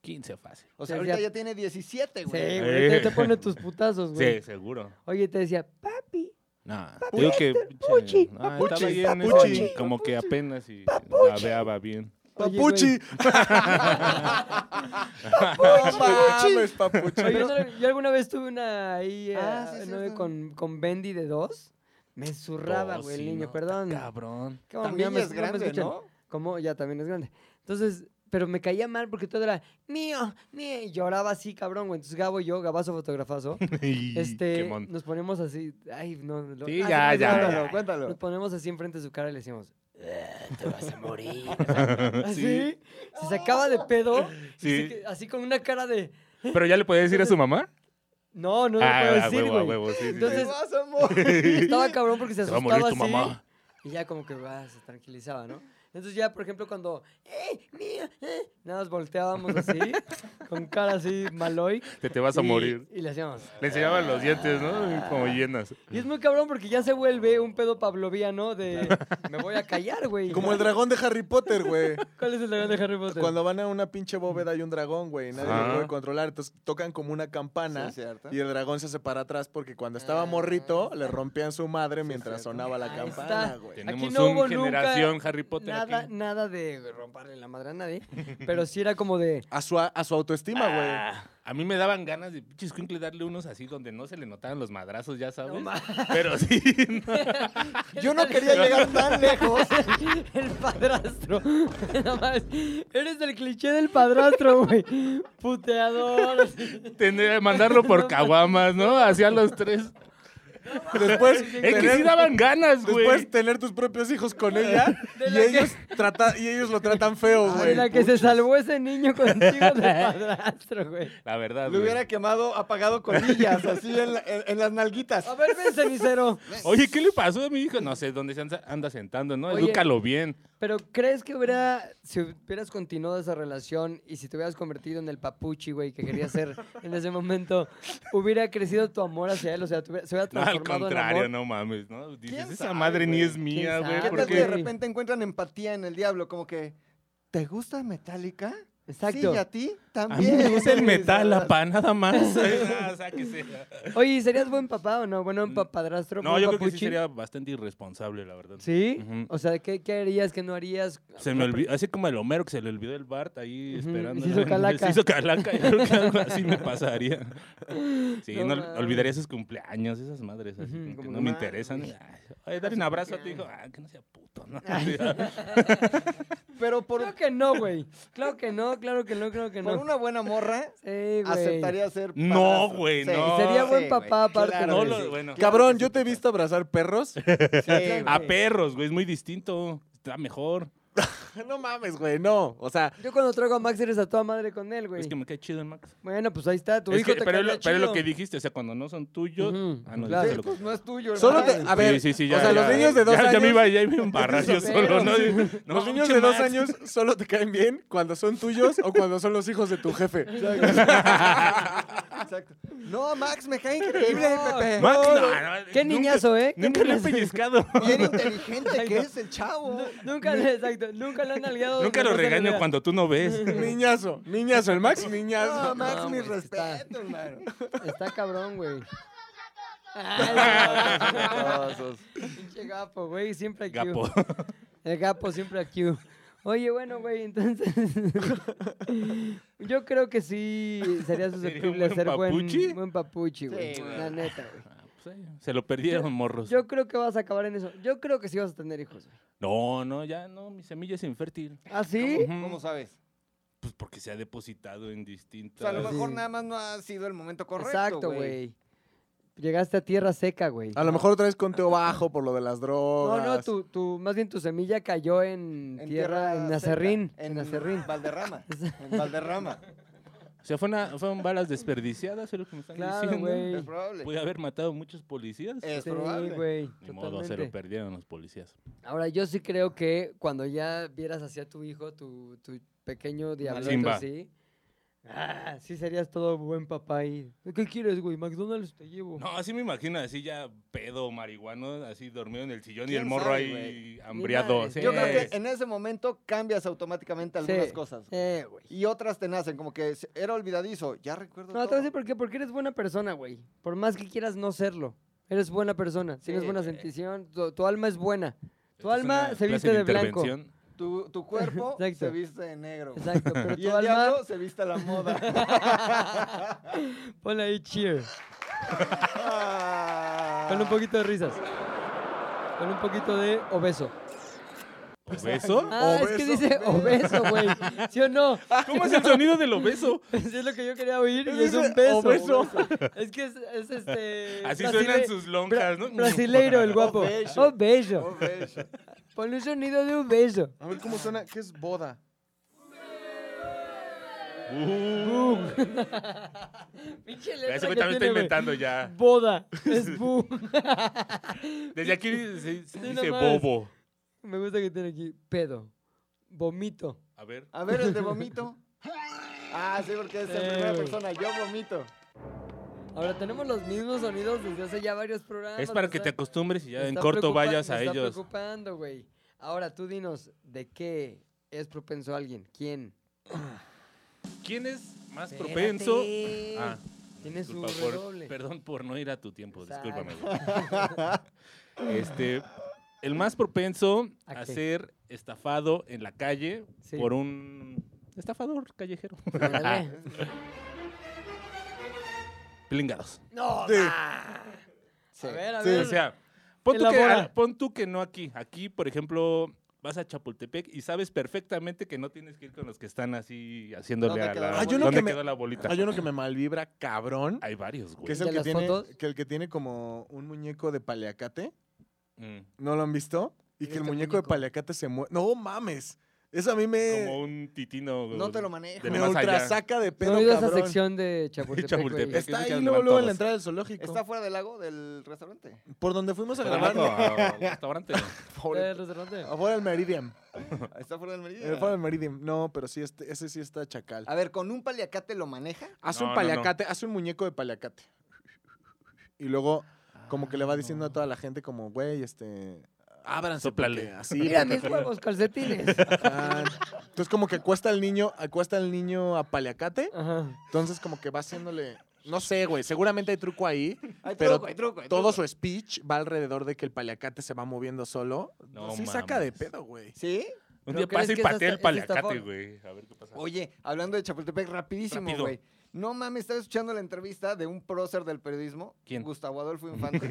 S3: 15 fácil.
S2: O sea,
S1: Sí,
S2: ahorita
S1: ya-
S2: ya tiene 17,
S1: mames.
S2: güey.
S1: Sí, güey. Te, te pone tus putazos, güey.
S3: Sí, seguro.
S1: Oye, te decía, papi.
S3: No, te digo que
S1: papuchi,
S3: pinche, ah,
S1: papuchi,
S3: estaba bien,
S4: papuchi,
S3: este, como que apenas y babeaba bien.
S1: Oye,
S4: Papuchi. No mames, papuchi.
S1: Oye, yo, no- yo alguna vez tuve una ahí eh,
S2: Ah, sí, sí,
S1: ¿no?
S2: sí.
S1: con, con Bendy de dos. Me zurraba,
S3: Dos,
S1: güey,
S3: Oh, sí,
S1: el niño,
S3: no,
S1: perdón.
S3: Cabrón.
S1: Come on, ya
S2: También
S1: me-
S2: ya es
S1: ya me
S2: grande,
S1: escuchan.
S2: ¿no?
S1: Como ya también es grande. Entonces, pero me caía mal porque todo era mío, mío. Y lloraba así, cabrón, güey. Entonces Gabo y yo, Gabazo Fotografazo,
S3: Y
S1: este,
S3: qué mon-
S1: nos ponemos así. Ay, no. lo-
S3: Sí,
S1: ah,
S3: ya,
S1: sí,
S3: ya,
S1: cuéntalo,
S2: Cuéntalo, cuéntalo.
S1: Nos ponemos así enfrente de su cara y le decimos, "Ah, te vas a morir. Así.
S3: Sí.
S1: Se sacaba de pedo. y
S3: Sí.
S1: se que- así con una cara de,
S3: Pero ya le podía decir a su mamá.
S1: no, no
S3: ah,
S1: lo puedo
S3: a
S1: decir,
S3: huevo, a
S1: güey.
S3: huevo, sí, sí, sí.
S1: Entonces,
S2: Te vas a morir.
S1: Estaba cabrón porque se
S3: se va a
S1: asustaba
S3: morir tu
S1: así.
S3: mamá.
S1: Y ya como que ah, se tranquilizaba, ¿no? Entonces ya, por ejemplo, cuando... ¡Eh, mía, eh", Nada más volteábamos así, con cara así maloy.
S3: Te, te vas a
S1: y-
S3: morir.
S1: Y le hacíamos...
S3: Le enseñaban los dientes, ¿no? Como llenas.
S1: Y es muy cabrón porque ya se vuelve un pedo pavloviano de... Me voy a callar, güey.
S4: Como el dragón de Harry Potter, güey.
S1: ¿Cuál es el dragón de Harry Potter?
S4: Cuando van a una pinche bóveda hay un dragón, güey, y nadie
S3: Ajá.
S4: lo puede controlar. Entonces tocan como una
S2: Sí,
S4: campana
S2: es cierto.
S4: y el dragón se hace para atrás porque cuando estaba morrito le rompían su madre mientras
S2: cierto.
S4: sonaba la
S1: Ahí
S4: campana,
S1: está.
S4: güey.
S3: Tenemos
S1: no
S3: un
S1: hubo nunca
S3: generación Harry Potter
S1: Nada,
S3: aquí.
S1: nada de romperle la madre a nadie, pero sí era como de...
S4: A su, a su autoestima, güey.
S3: Ah, a mí me daban ganas de pinches escuincle darle unos así donde no se le notaban los madrazos, ya sabes.
S1: No ma-
S3: Pero sí. no.
S2: Yo no quería llegar tan lejos.
S1: El padrastro. Nada más. Eres el cliché del padrastro, güey. Puteador. así.
S3: Tener- mandarlo por caguamas, ¿no? Hacia los tres.
S4: Después,
S3: Es que sí
S4: tener-
S3: daban ganas, güey.
S4: después tener tus propios hijos con ella
S1: De
S4: y
S1: la que-
S4: ellos, trata, y ellos lo tratan feo,
S1: Ay,
S4: güey.
S1: la que se salvó ese niño contigo de padrastro, güey.
S3: La verdad,
S2: Lo
S3: güey.
S2: hubiera quemado apagado colillas, así en, la- en- en las nalguitas.
S1: A ver, ven, cenicero.
S3: Oye, ¿qué le pasó a mi hijo? No sé dónde se anda- anda sentando, ¿no?
S1: Oye.
S3: Edúcalo bien.
S1: Pero ¿crees que hubiera, si hubieras continuado esa relación y si te hubieras convertido en el papuchi, güey, que querías ser en ese momento, hubiera crecido tu amor hacia él? O sea, ¿te hubiera- se hubiera
S3: No, al
S1: transformado
S3: contrario,
S1: en amor.
S3: no mames, ¿no? Dices,
S2: ¿Quién
S3: esa
S2: sabe,
S3: madre ni
S2: güey?
S3: es mía,
S1: ¿Quién
S3: güey.
S1: sabe?
S2: ¿Qué
S1: ¿por
S2: tal
S1: qué?
S2: que de
S3: Porque
S2: repente encuentran empatía en el diablo? Como que, ¿te gusta Metallica?
S1: Exacto.
S2: Sí, ¿y a ti?
S3: a mí
S2: También.
S3: me gusta el
S2: Sí,
S3: metal,
S2: ¿sabes?
S3: apa, nada más. Ah, sáquese.
S1: Oye, ¿y ¿serías buen papá o no? Bueno, pa- padrastro,
S3: Mm, No,
S1: buen
S3: yo creo que sí
S1: papuchi?
S3: sería bastante irresponsable, la verdad.
S1: ¿Sí?
S3: Ujú.
S1: O sea, ¿qué, qué harías? ¿Qué no harías?
S3: Se me olvidó, así como el Homero que se le olvidó el Bart ahí
S1: Ujú,
S3: esperando.
S1: se hizo calaca.
S3: Se hizo calaca, yo creo que algo así me pasaría. Sí,
S1: No
S3: no,
S1: mames.
S3: olvidaría sus cumpleaños, esas madres así,
S1: Ujú,
S3: como que
S1: como
S3: no
S1: que
S3: me
S1: mames.
S3: interesan. Ay, ay, dale un abrazo a tu hijo, ah, que no sea puto, ¿no?
S2: Pero por,
S1: Claro que no, güey. Claro que no, claro que no, claro que
S2: por
S1: no.
S2: una buena morra,
S1: Sí, güey.
S2: aceptaría ser
S3: No,
S2: padrastro.
S3: güey,
S2: Sí.
S3: no.
S1: Sería buen
S2: Sí,
S1: papá
S2: güey,
S1: aparte,
S2: claro
S3: no,
S2: que
S3: lo-
S2: sí.
S3: bueno.
S4: Cabrón, yo te he visto abrazar perros.
S2: Sí,
S1: Ah,
S2: güey.
S3: A perros, güey, es muy distinto, está mejor.
S4: no mames, güey, no. O sea,
S1: Yo cuando traigo a Max eres a toda madre con él, güey.
S3: Es que me cae chido el Max.
S1: Bueno, pues ahí está, tu
S3: Es
S1: hijo te
S3: que- pero, es
S1: caería
S3: lo, pero es lo
S1: chido.
S3: que dijiste, o sea, cuando no son tuyos.
S1: Ujú,
S3: ah, no,
S1: claro.
S3: ya se lo-
S2: Pues no es tuyo.
S4: solo te,
S2: hermano.
S4: a ver,
S3: sí, sí, sí,
S4: o sea, los niños de dos
S3: ya,
S4: años,
S3: Ya me iba, ya me iba a embarrar yo solo, ¿no? No,
S4: los niños
S3: pinche
S4: de dos
S3: Max.
S4: años solo te caen bien cuando son tuyos o cuando son los hijos de tu jefe.
S2: Exacto. No, Max, me cae increíble,
S1: No.
S2: Pepe.
S3: Max,
S1: No,
S3: no,
S1: no.
S3: no,
S1: Qué
S3: nunca-
S1: niñazo, ¿eh? Qué
S3: Nunca le he
S1: niñazo.
S3: pellizcado.
S2: Bien inteligente que es el chavo.
S1: Nunca le, exacto, nunca le han nalgado.
S3: Nunca
S1: donde
S3: lo
S1: no se le
S3: regaño
S1: vea.
S3: cuando tú no ves.
S4: Niñazo, niñazo, el Max, niñazo.
S2: No, Max,
S1: No,
S2: mi
S1: güey, está-
S2: respeto, hermano.
S1: Está cabrón, güey. Ay, no. Pinche gapo, güey, siempre aquí.
S3: Gapo.
S1: El gapo siempre aquí. Oye, bueno, güey, entonces. yo creo que sí sería susceptible de
S3: buen
S1: ser
S3: papuchi?
S1: buen, buen papuchi, güey.
S2: Sí, güey.
S1: la neta, güey.
S3: Ah, pues, eh, Se lo perdieron, morros.
S1: Yo creo que vas a acabar en eso. Yo creo que sí vas a tener hijos, güey.
S3: No, no, ya no, mi semilla es infértil.
S1: ¿Ah, sí?
S3: Ujú.
S2: ¿Cómo sabes?
S3: Pues porque se ha depositado en
S2: O sea,
S3: distintas.
S2: a lo
S1: Sí.
S2: mejor nada más no ha sido el momento correcto.
S1: Exacto, güey. llegaste a tierra seca, güey.
S3: Ah,
S4: A lo mejor otra vez conteo bajo por lo de las
S1: No,
S4: drogas.
S1: no, tu, tu, más bien tu semilla cayó en,
S2: En
S1: tierra, en
S2: seca,
S1: Nazarrín. En,
S2: En
S1: Nazarrín.
S2: Valderrama. En Valderrama.
S3: O sea, fue una- fueron balas desperdiciadas, es lo que me están
S1: Claro,
S3: diciendo.
S1: güey.
S2: Es probable.
S3: Pude haber matado a muchos policías.
S2: Es
S1: Sí,
S2: probable.
S1: güey.
S3: Ni modo, se lo
S1: totalmente.
S3: perdieron los policías.
S1: Ahora, yo sí creo que cuando ya vieras hacia tu hijo, tu, tu pequeño diablito
S3: Simba.
S1: así, ah, sí serías todo buen papá y... ¿Qué quieres, güey? McDonald's te llevo.
S3: No, así me imagino, así ya pedo, marihuano, así dormido en el sillón y
S2: ¿Quién
S3: el morro
S2: sabe,
S3: ahí
S2: güey?
S3: hambriado.
S1: madres,
S3: Sí.
S2: Yo creo
S1: Es.
S2: que en ese momento cambias automáticamente algunas
S1: Sí.
S2: cosas.
S1: Eh, güey.
S2: Y otras te nacen, como que se- era olvidadizo. Ya recuerdo.
S1: No, te voy a
S2: todo.
S1: decir por qué. Porque eres buena persona, güey. Por más que quieras no serlo. Eres buena persona. Tienes buena
S2: güey.
S1: sensación. Tu, tu alma es buena. Tu
S3: Esta es
S1: alma
S3: una
S1: se
S3: clase
S1: viste de blanco.
S3: intervención.
S2: Tu, tu cuerpo
S1: Exacto.
S2: se viste de negro. güey.
S1: Exacto. Pero
S2: Y
S1: tu
S2: el
S1: alma...
S2: diablo se viste a la moda.
S1: Ponle ahí cheer.
S2: Ah.
S1: Con un poquito de risas. Con un poquito de obeso.
S3: ¿Obeso?
S1: Ah, es que
S4: Obeso.
S1: dice obeso, güey. ¿Sí o no?
S3: ¿Cómo es el sonido del obeso?
S1: Sí es lo que yo quería oír y es
S4: Dice
S1: un beso.
S4: obeso.
S1: Es que es, es este...
S3: Así
S1: brasile-
S3: suenan sus lonjas, ¿no?
S1: Brasileiro, el guapo.
S2: Obeso.
S1: Obeso.
S2: Oh, bello.
S1: Ponle un sonido de un beso.
S4: A ver cómo suena. ¿Qué es boda?
S3: Uh,
S1: Pinche
S3: ese
S1: letra
S3: güey
S1: que
S3: también está
S1: tiene, güey.
S3: inventando ya.
S1: Boda. Es boom.
S3: Desde aquí se, se
S1: Sí,
S3: dice
S1: nomás.
S3: bobo.
S1: Me gusta que tiene aquí pedo. Vomito.
S3: A ver.
S2: A ver, el de vomito. Ah, sí, porque es en
S1: Eh,
S2: primera
S1: güey.
S2: persona. Yo vomito.
S1: Ahora tenemos los mismos sonidos desde hace ya varios programas.
S3: Ah, Es para
S1: o
S3: que
S1: sea,
S3: te acostumbres y ya
S1: me
S3: en
S1: está
S3: corto
S1: preocupa-
S3: vayas
S1: me
S3: a
S1: está
S3: ellos.
S1: preocupando, güey. Ahora tú dinos, ¿de qué es propenso alguien? ¿Quién?
S3: ¿Quién es más propenso?
S1: Espérate.
S3: Ah,
S1: Tiene su
S3: disculpa por-
S1: redoble.
S3: perdón por no ir a tu tiempo,
S1: Exacto.
S3: discúlpame. güey. Este, el más propenso
S1: ¿A
S3: a,
S1: qué?
S3: ser estafado en la calle
S1: Sí.
S3: por un estafador callejero.
S1: Ándale.
S3: Plingados.
S1: no.
S4: Sí.
S1: va. A ver, a
S4: Sí.
S1: ver.
S3: O sea, pon tú, que,
S1: Elabora.
S3: ah, pon tú que no aquí. Aquí, por ejemplo, vas a Chapultepec y sabes perfectamente que no tienes que ir con los que están así haciéndole
S2: ¿Dónde
S3: a
S2: quedó la
S3: la,
S2: Ah, yo
S4: no
S3: ¿Dónde
S4: que me-
S3: quedó la
S2: Ah,
S3: bolita.
S4: Hay uno que me malvibra cabrón.
S3: Hay varios, güey.
S4: Que es
S1: ¿De
S4: el que,
S1: las
S4: tiene,
S1: fotos?
S4: que el que tiene como un muñeco de paliacate.
S3: Mm.
S4: ¿No lo han visto? Y que el
S1: Este
S4: muñeco de
S1: muñeco.
S4: paliacate se mueve. ¡No mames! Eso a mí
S3: Como
S4: me,
S3: un titino.
S2: Eh, No te lo
S3: de
S2: manejo.
S4: me
S3: más allá.
S4: ultrasaca de
S1: No
S4: pedo,
S1: he ido a esa
S4: cabrón.
S1: sección de Chapultepec, güey.
S3: Chapultepec.
S4: Está
S3: Es que
S4: ahí
S3: se
S4: luego,
S3: van
S4: luego en la
S3: todos.
S4: entrada del zoológico.
S2: Está fuera del lago del restaurante.
S4: Por donde fuimos a
S3: Pero
S4: grabar.
S3: no, al restaurante.
S1: Eh, restaurante.
S3: Oh,
S4: Afuera del Meridian.
S2: Está fuera
S4: Eh, Afuera
S2: del meridiano.
S4: del Meridian. No, pero sí, este, ese sí está chacal.
S2: A ver, ¿con un paliacate lo maneja?
S4: Hace
S3: No,
S4: un
S3: no, no.
S4: paliacate, hace un muñeco de paliacate. Y luego, como que le va
S3: Ah.
S4: diciendo a toda la gente, como, güey, este. Ábranse.
S3: Sóplale.
S4: porque ah, Así.
S1: Mira
S4: porque
S1: mis huevos calcetines.
S4: acá". Entonces, como que acuesta al niño, acuesta al niño a paliacate.
S1: Ajá.
S4: Entonces, como que va haciéndole. No sé, güey. Seguramente hay truco ahí.
S2: Hay
S4: Pero
S2: truco, hay truco, hay
S4: Todo
S2: truco.
S4: su speech va alrededor de que el paliacate se va moviendo solo. Pues
S3: No
S4: sí, saca de
S3: mames.
S4: pedo, güey.
S2: ¿Sí?
S3: Un
S1: ¿Pero
S3: día
S1: crees
S3: pasa y
S1: que esa
S3: patea el
S1: está- esa está
S3: palacate,
S1: for-
S3: güey. A ver qué pasa.
S2: Oye, hablando de Chapultepec, rapidísimo,
S3: Rápido.
S2: güey. No mames, estaba escuchando la entrevista de un prócer del periodismo.
S3: ¿Quién?
S2: Gustavo Adolfo Infante.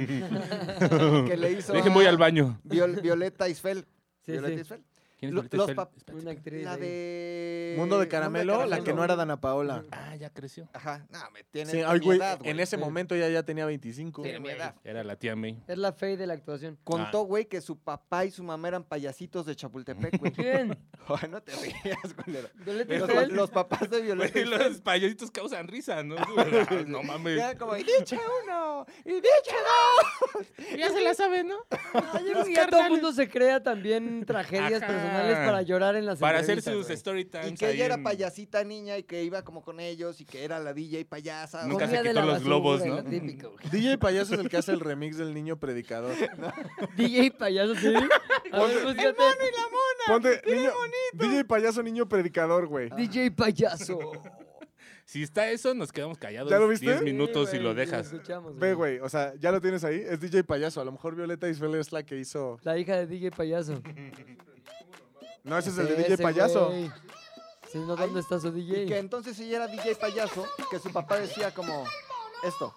S2: que le hizo
S3: Dejen,
S2: a
S3: voy al baño.
S2: Viol- Violeta Isfel.
S1: Sí,
S2: Violeta
S1: sí.
S2: Isfel.
S3: ¿Quién es
S2: Lo-
S3: Lolita
S2: los
S3: Esfel?
S2: pap-
S3: Espérate.
S1: Una actriz.
S2: La
S1: ahí.
S2: de...
S4: Mundo de caramelo, la que
S2: Caramelo.
S4: no era Dana Paola.
S3: Ah, ya creció.
S2: Ajá, no, me tiene
S4: Sí,
S2: mi
S4: ay, güey,
S2: edad, güey.
S4: en
S1: Sí.
S4: ese momento ya, ya tenía 25.
S2: Tiene mi edad.
S3: Era la tía May.
S1: Es la fe de la actuación.
S2: Contó, güey, que su papá y su mamá eran payasitos de Chapultepec, güey.
S1: ¿Quién?
S2: Ay, no te rías, culero.
S1: Violeta
S2: Los,
S1: Isabel.
S2: los papás de
S3: Güey,
S2: Violeta Isfel.
S3: los payasitos causan risa, ¿no? Ah, no mames.
S2: Era como, y dicha uno, y dicha dos.
S3: Ya se la sabe, ¿no?
S1: Yo creo que ya todo el mundo se crea también tragedias
S3: Ajá.
S1: personales para llorar en las
S3: Para hacer sus este,
S1: entrevistas, güey.
S3: story times.
S2: Y que
S3: ahí
S2: ella era
S3: en-
S2: payasita niña y que iba como con ellos y que era la DJ payasa.
S3: Nunca
S2: O
S3: se
S1: Comida
S2: sea,
S1: de
S3: quitó
S1: la
S3: los
S1: basura,
S3: globos,
S1: lo
S3: ¿no?
S1: típico, güey.
S4: DJ Payaso es el que hace el remix del niño predicador.
S1: DJ payaso, sí. A ver, pues, búscate.
S4: Ponte, niño, DJ Payaso, niño predicador, güey.
S1: DJ payaso.
S3: Si está eso, nos quedamos callados
S4: ¿Ya lo viste?
S3: 10 minutos
S1: Sí,
S3: y lo
S1: güey,
S3: dejas.
S1: escuchamos,
S4: Ve, güey, o sea, ya lo tienes ahí. Es DJ Payaso. A lo mejor Violeta Isfel es la que hizo.
S1: La hija de DJ payaso.
S4: No, ese es el de
S1: Ese,
S4: DJ Payaso.
S1: güey. Si no, ¿dónde está su
S2: Y que
S1: DJ?
S2: entonces ella era DJ payaso, que su papá decía como esto.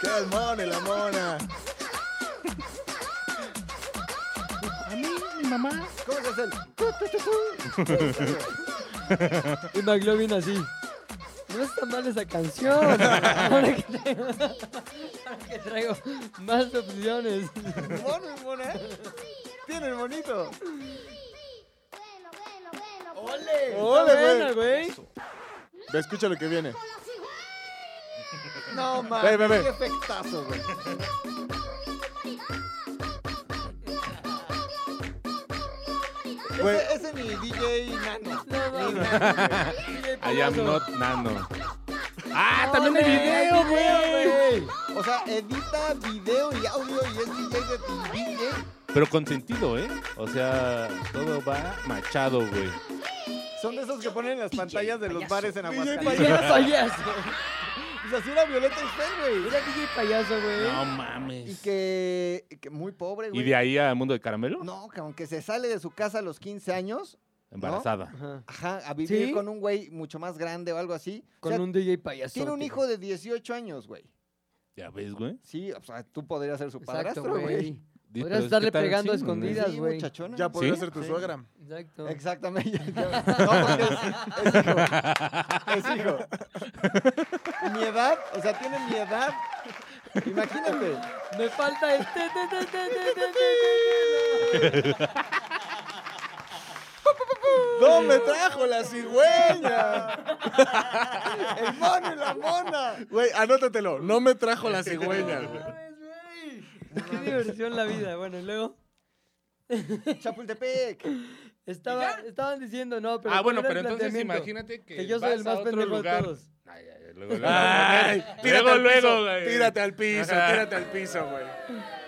S4: ¡Qué el mone, la mona!
S3: A mí, mi mamá.
S2: ¿Cómo se hace el?
S1: Y McLovin así. no está mal esa canción. Ahora que traigo, ahora que traigo más opciones.
S2: Mono y mona. Tienen eh? bonito.
S5: Bueno, bueno, bueno.
S2: ¡Ole!
S4: ¡Ole,
S1: buena,
S4: güey! Ve, escucha lo que viene.
S5: Con la cigüeña.
S2: No
S4: Ve,
S2: mames.
S4: ve, ve.
S2: Qué efectazo, güey.
S4: Güey.
S2: Ese, ese ni DJ Nano.
S1: No, no,
S2: ni
S1: no.
S2: Nano, güey.
S3: I am not nano. ¡Ah, también el video, güey!
S2: O sea, edita video y audio y es DJ de tu DJ.
S3: Pero con sentido, ¿eh? O sea, todo va machado, güey.
S2: Son de esos que ponen en las pantallas de los bares en Aguascalientes.
S1: Payaso, payaso.
S2: O sea, sí era Violeta Estel, güey.
S1: Era DJ payaso, güey.
S3: No
S2: Y
S3: mames.
S2: que, que muy pobre,
S3: ¿Y
S2: güey.
S3: de ahí al mundo de caramelo?
S2: No, que aunque se sale de su casa a los 15 años,
S3: Embarazada.
S1: Ajá.
S2: ajá, a vivir
S1: ¿Sí?
S2: con un güey mucho más grande o algo así.
S1: Con
S2: O sea,
S1: un DJ payaso.
S2: tiene un hijo de 18 años, güey.
S3: Ya ves, güey.
S2: Sí, o sea, tú podrías ser su
S1: Exacto,
S2: padrastro, güey.
S1: güey.
S3: Di-
S1: Podrías
S3: pero es que
S1: estarle
S3: tal-
S1: pegando a
S3: sí, no, no.
S1: escondidas.
S2: Sí,
S1: güey.
S2: muchachona.
S4: Ya podría
S3: ¿Sí?
S4: ser tu
S2: Sí.
S4: suegra.
S1: Exacto.
S2: Exactamente. Ya- No, porque es, es hijo. Es hijo. Mi edad, o sea, tiene mi edad. Imagínate.
S1: Me falta el. te, te, te, te, te, te, te, te, te.
S4: ¡No me trajo la cigüeña!
S2: El mono y la mona.
S4: Güey, anótatelo. No me trajo la cigüeña, güey.
S1: Qué diversión la vida. Bueno, y luego.
S2: Chapultepec.
S1: Estaba, estaban diciendo, no, pero.
S3: ah,
S1: ¿cuál
S3: bueno,
S1: era el
S3: pero entonces
S1: planteamiento?
S3: imagínate que.
S1: Que yo soy
S3: vas
S1: el
S3: a
S1: más
S3: otro
S1: pendejo de
S3: lugar.
S1: todos.
S3: Ay, ay, luego, luego.
S4: Ay,
S3: Ah, Luego,
S4: al
S3: luego,
S4: piso,
S3: güey.
S4: Tírate al piso,
S3: Ajá.
S4: tírate al piso, güey.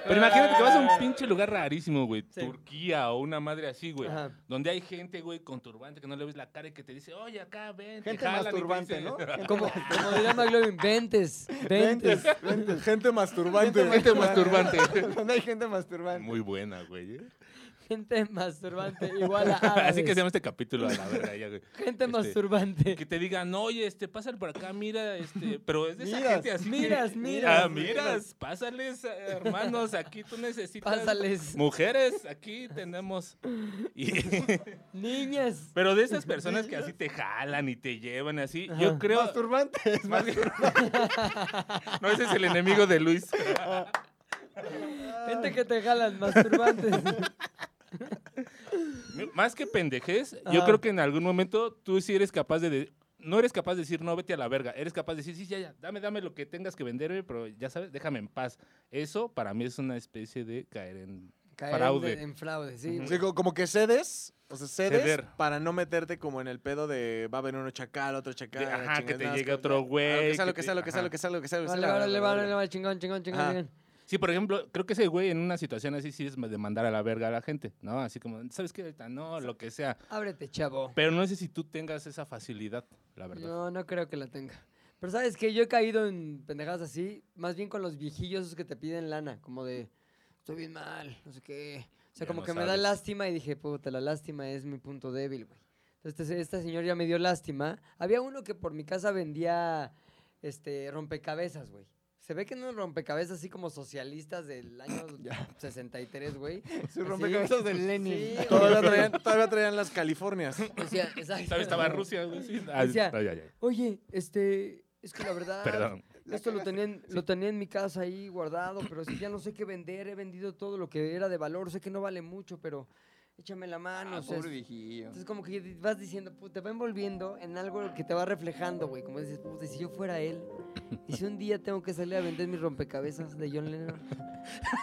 S3: Pero imagínate que vas a un pinche lugar rarísimo, güey.
S1: Ah. Sí.
S3: Turquía o una madre así, güey.
S1: Ajá.
S3: Donde hay gente, güey, con turbante que no le ves la cara y que te dice, oye, acá ven. te
S2: Gente
S3: jalan", y te
S2: masturbante,
S3: dicen-
S2: ¿no? Gente
S1: Como, como diría McLovin, ventes. Ventes.
S2: Ventes.
S4: Gente masturbante.
S3: Gente masturbante.
S2: Donde hay gente masturbante.
S3: Muy buena, güey. ¿eh?
S1: Gente masturbante. Igual a.
S3: Así que se
S1: árabes.
S3: llama este capítulo a la verga, ya, güey.
S1: Gente
S3: Este,
S1: masturbante.
S3: Que te digan, oye, este, pásale por acá, mira, este, pero es de esa
S2: Miras,
S3: gente así. que-
S1: miras, miras,
S3: Ah, miras, pásales, eh, hermanos, aquí tú necesitas.
S1: Pásales.
S3: Mujeres, aquí tenemos. Y-
S1: Niñas.
S3: pero de esas personas que así te jalan y te llevan así,
S1: Ajá.
S3: yo creo.
S2: Masturbantes.
S3: más bien- no, ese es el enemigo de Luis.
S1: Gente que te jalan, masturbantes.
S3: Más que pendejes, yo
S1: Ah.
S3: creo que en algún momento tú sí eres capaz de, de- No eres capaz de decir, no, vete a la verga. Eres capaz de decir, sí, ya, ya, dame, dame lo que tengas que venderme, pero ya sabes, déjame en paz. Eso para mí es una especie de caer en...
S1: Caer en-
S3: Fraude.
S1: En fraude, sí.
S4: Sí, co- como que cedes, o sea, cedes
S3: Ceder.
S4: para no meterte como en el pedo de va a venir uno chacal, otro chacal.
S3: De-
S4: la
S3: ajá, que te
S4: chingada,
S3: llegue
S4: es como,
S3: otro
S4: ya,
S3: güey,
S4: Lo que sea, lo
S3: que
S4: que
S3: te-
S4: sea, lo que sea,
S3: ajá.
S4: lo que sea, lo que sea, lo que sea.
S1: Vale,
S4: la-
S1: vale,
S4: la-
S1: vale,
S4: la-
S1: vale, chingón, chingón, chingón.
S4: Ajá.
S1: chingón.
S3: Sí, por ejemplo, creo que ese güey en una situación así sí es de mandar a la verga a la gente, ¿no? Así como, ¿sabes qué? Ahorita No, lo que sea.
S1: Ábrete, chavo.
S3: Pero no sé si tú tengas esa facilidad, la verdad.
S1: No, no creo que la tenga. Pero sabes que yo he caído en pendejadas así, más bien con los viejillos esos que te piden lana, como de, estoy bien mal, no sé qué. O sea,
S3: Ya
S1: como
S3: no
S1: que me da
S3: sabes.
S1: lástima y dije, puta, la lástima es mi punto débil, güey. Entonces, este, este señor ya me dio lástima. Había uno que por mi casa vendía este, rompecabezas, güey. Se ve que no rompecabezas así como socialistas del año 63, güey. Así.
S2: Su rompecabezas de Lenin.
S1: Sí, güey.
S4: Todavía traían, todavía traían las Californias.
S1: Decía, exacto.
S3: ¿Sabes? Estaba en Rusia, güey. sí. Ah,
S1: Decía-
S3: no, ya, ya.
S1: Oye, este, es que la verdad...
S3: Perdón.
S1: Esto lo tenía, en, lo tenía en mi casa ahí guardado, pero es que ya no sé qué vender. He vendido todo lo que era de valor. Sé que no vale mucho, pero échame la mano.
S2: Ah,
S1: o sea,
S2: pobre
S1: es-
S2: viejillo.
S1: entonces como que vas diciendo, pu- te va envolviendo en algo que te va reflejando, güey. Como dices, puta, si yo fuera él, y si un día tengo que salir a vender mis rompecabezas de John Lennon,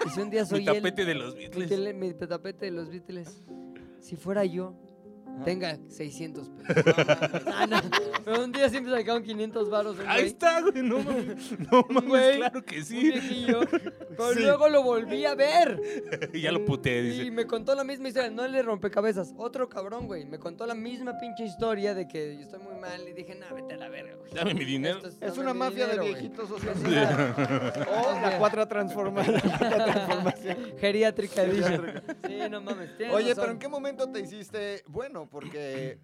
S1: y si un día soy
S3: Mi tapete
S1: él,
S3: de los
S1: mi
S3: Beatles.
S1: tele- mi tapete de los Beatles, si fuera yo, tenga 600 pesos. Ah, no, pero un día siempre sacaban 500 varos. un
S3: Ahí
S1: güey.
S3: está, güey. No mames. No mames,
S1: Güey,
S3: claro que
S1: un
S3: sí.
S1: viejillo, pero
S3: Sí.
S1: luego lo volví a ver
S3: Y ya lo puteé, dice.
S1: y me contó la misma historia, no le rompecabezas, otro cabrón, güey, me contó la misma pinche historia de que yo estoy muy mal y dije, nah, vete a la verga, güey.
S3: Dame mi dinero.
S1: Esto
S2: Es
S1: dame
S2: una
S1: mi
S2: mafia
S1: dinero,
S2: de
S1: güey.
S2: viejitos socialistas. o la cuarta transformada.
S1: Geriátrica Edition. Sí, no mames. tienes
S2: Oye,
S1: razón.
S2: pero ¿en qué momento te hiciste bueno? Porque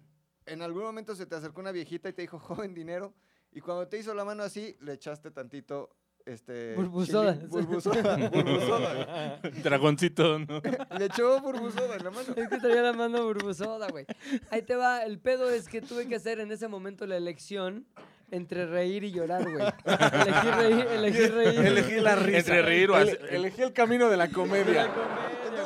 S2: en algún momento se te acercó una viejita y te dijo, joven, dinero. Y cuando te hizo la mano así, le echaste tantito. Este,
S1: Burbusoda.
S2: chili- Burbusoda. burbusoda.
S3: Dragoncito, ¿no?
S2: Le echó burbusoda en la mano.
S1: Es que traía la mano burbusoda, güey. Ahí te va. El pedo es que tuve que hacer en ese momento la elección entre reír y llorar, güey. Elegí reír, elegí reír.
S4: Elegí la risa.
S3: Entre reír o
S4: Ele-
S3: hacer-
S4: Elegí el camino de la comedia.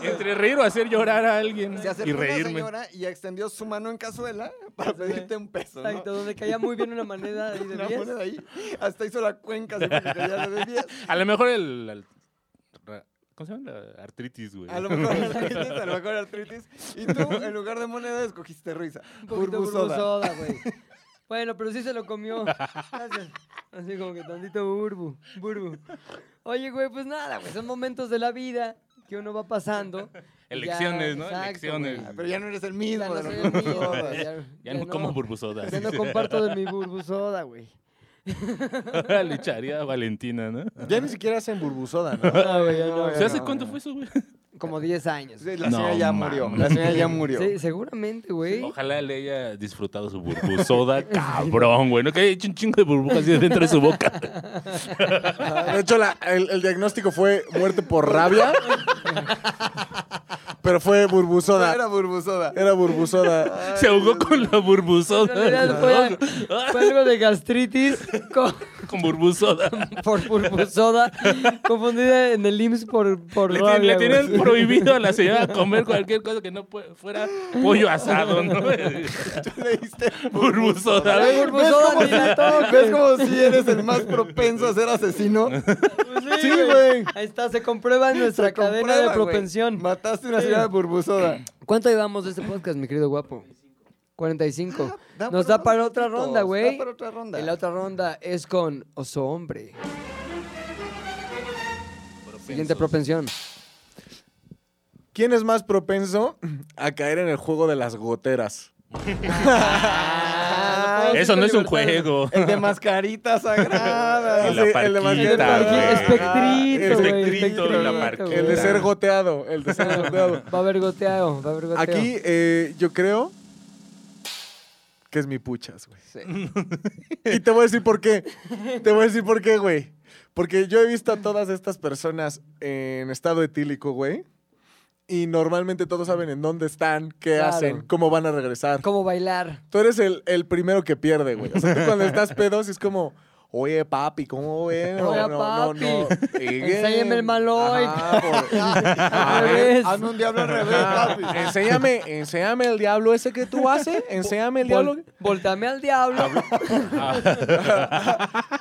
S3: Entre reír o hacer llorar a alguien
S2: Se acercó
S3: y
S2: una
S3: reírme.
S2: señora y extendió su mano en cazuela para pedirte un peso, ¿no?
S1: Exacto, donde caía muy bien una moneda ahí de
S2: Una
S1: 10.
S2: moneda ahí, hasta hizo la cuenca, así porque ya le debías.
S3: A lo mejor el... el- ra- ¿Cómo se llama? La artritis, güey.
S2: A lo mejor artritis, a lo mejor artritis. Y tú, en lugar de moneda, escogiste risa.
S1: Un poquito burbu
S2: Burbusoda.
S1: soda, güey. Bueno, pero sí se lo comió. Gracias. Así como que tantito burbu, burbu. Oye, güey, pues nada, güey, son momentos de la vida que uno va pasando.
S3: Elecciones,
S1: Ya,
S3: ¿no?
S1: exacto,
S3: Elecciones.
S1: güey.
S2: Pero ya no eres el mismo.
S1: Ya no
S2: de
S1: soy
S2: los
S1: el mío,
S2: burbusodas.
S1: güey,
S3: Ya, ya no como burbusodas.
S1: Ya no comparto de mi burbu soda, güey.
S3: Ahora le echaría a Valentina, ¿no?
S4: Ya ni siquiera hacen burbusoda, ¿no?
S1: No, güey, ya no,
S3: O
S1: güey.
S3: sea, ¿Hace cuánto fue eso, güey?
S1: Como 10 años.
S2: Sí, la
S3: No
S2: señora ya murió. La
S3: mames.
S2: señora ya murió.
S1: Sí, seguramente, güey.
S3: Ojalá le haya disfrutado su burbusoda, cabrón, güey. No que haya hecho un chingo de burbujas así dentro de su boca.
S4: De hecho, la- el, el diagnóstico fue muerte por rabia. Pero fue burbusoda.
S2: Era burbusoda.
S4: Era burbusoda.
S3: Se ahogó con la
S1: En realidad
S3: burbusoda.
S1: fue, fue algo de gastritis con,
S3: Ah, Con burbusoda.
S1: por burbusoda confundida en el IMSS por, por
S3: Le,
S1: rabia,
S3: le tienen
S1: güey.
S3: prohibido a la señora comer cualquier cosa que no pue- fuera pollo asado, ¿no?
S2: Le diste
S3: burbusoda.
S1: La
S2: ¿Ves
S1: burbusoda
S2: cómo
S1: ni la
S2: sí-
S1: toques.
S2: ¿Ves como si eres el más propenso a ser asesino?
S1: Pues
S2: Sí, güey.
S1: Ahí está, se comprueba en nuestra
S2: Se
S1: cadena
S2: comprueba,
S1: de
S2: güey.
S1: propensión.
S2: Mataste una señora de burbusoda.
S1: ¿Cuánto llevamos de este podcast, mi querido guapo? 45.
S2: Ah, Da
S1: Nos
S2: para
S1: da para
S2: unos
S1: otra
S2: minutitos,
S1: ronda, güey.
S2: Da para otra ronda.
S1: Y la otra ronda es con Oso Hombre. Siguiente propensión.
S4: ¿Quién es más propenso a caer en el juego de las goteras?
S2: Ah,
S3: Eso no es un juego.
S2: El de mascarita sagrada.
S3: Y la
S4: Ah, sí,
S3: parquita,
S4: el de
S3: güey.
S4: Marquita,
S1: El de parqui-
S4: Ah,
S1: espectrito, güey.
S3: espectrito, la parquita.
S1: güey.
S4: El de ser goteado. El de ser goteado.
S1: Va a haber goteo, va a haber goteo.
S4: Aquí eh, yo creo que es mi puchas, güey. Y te voy a decir por qué. Te voy a decir por qué, güey. Porque yo he visto a todas estas personas en estado etílico, güey. Y normalmente todos saben en dónde están, qué
S1: Claro.
S4: hacen, cómo van a regresar.
S1: Como bailar.
S4: Tú eres el, el primero que pierde, güey. O sea, tú cuando estás pedo, sí es como, oye, papi, ¿cómo ven? No,
S1: Oye, papi, enséñame el Maloy.
S4: Ajá, por-
S1: Al
S4: a ver,
S1: revés.
S2: Hazme un diablo al revés, papi.
S4: Ajá. Enséñame, enséñame el diablo ese que tú haces. Enséñame el
S1: Vol-
S4: diablo.
S1: voltame al diablo.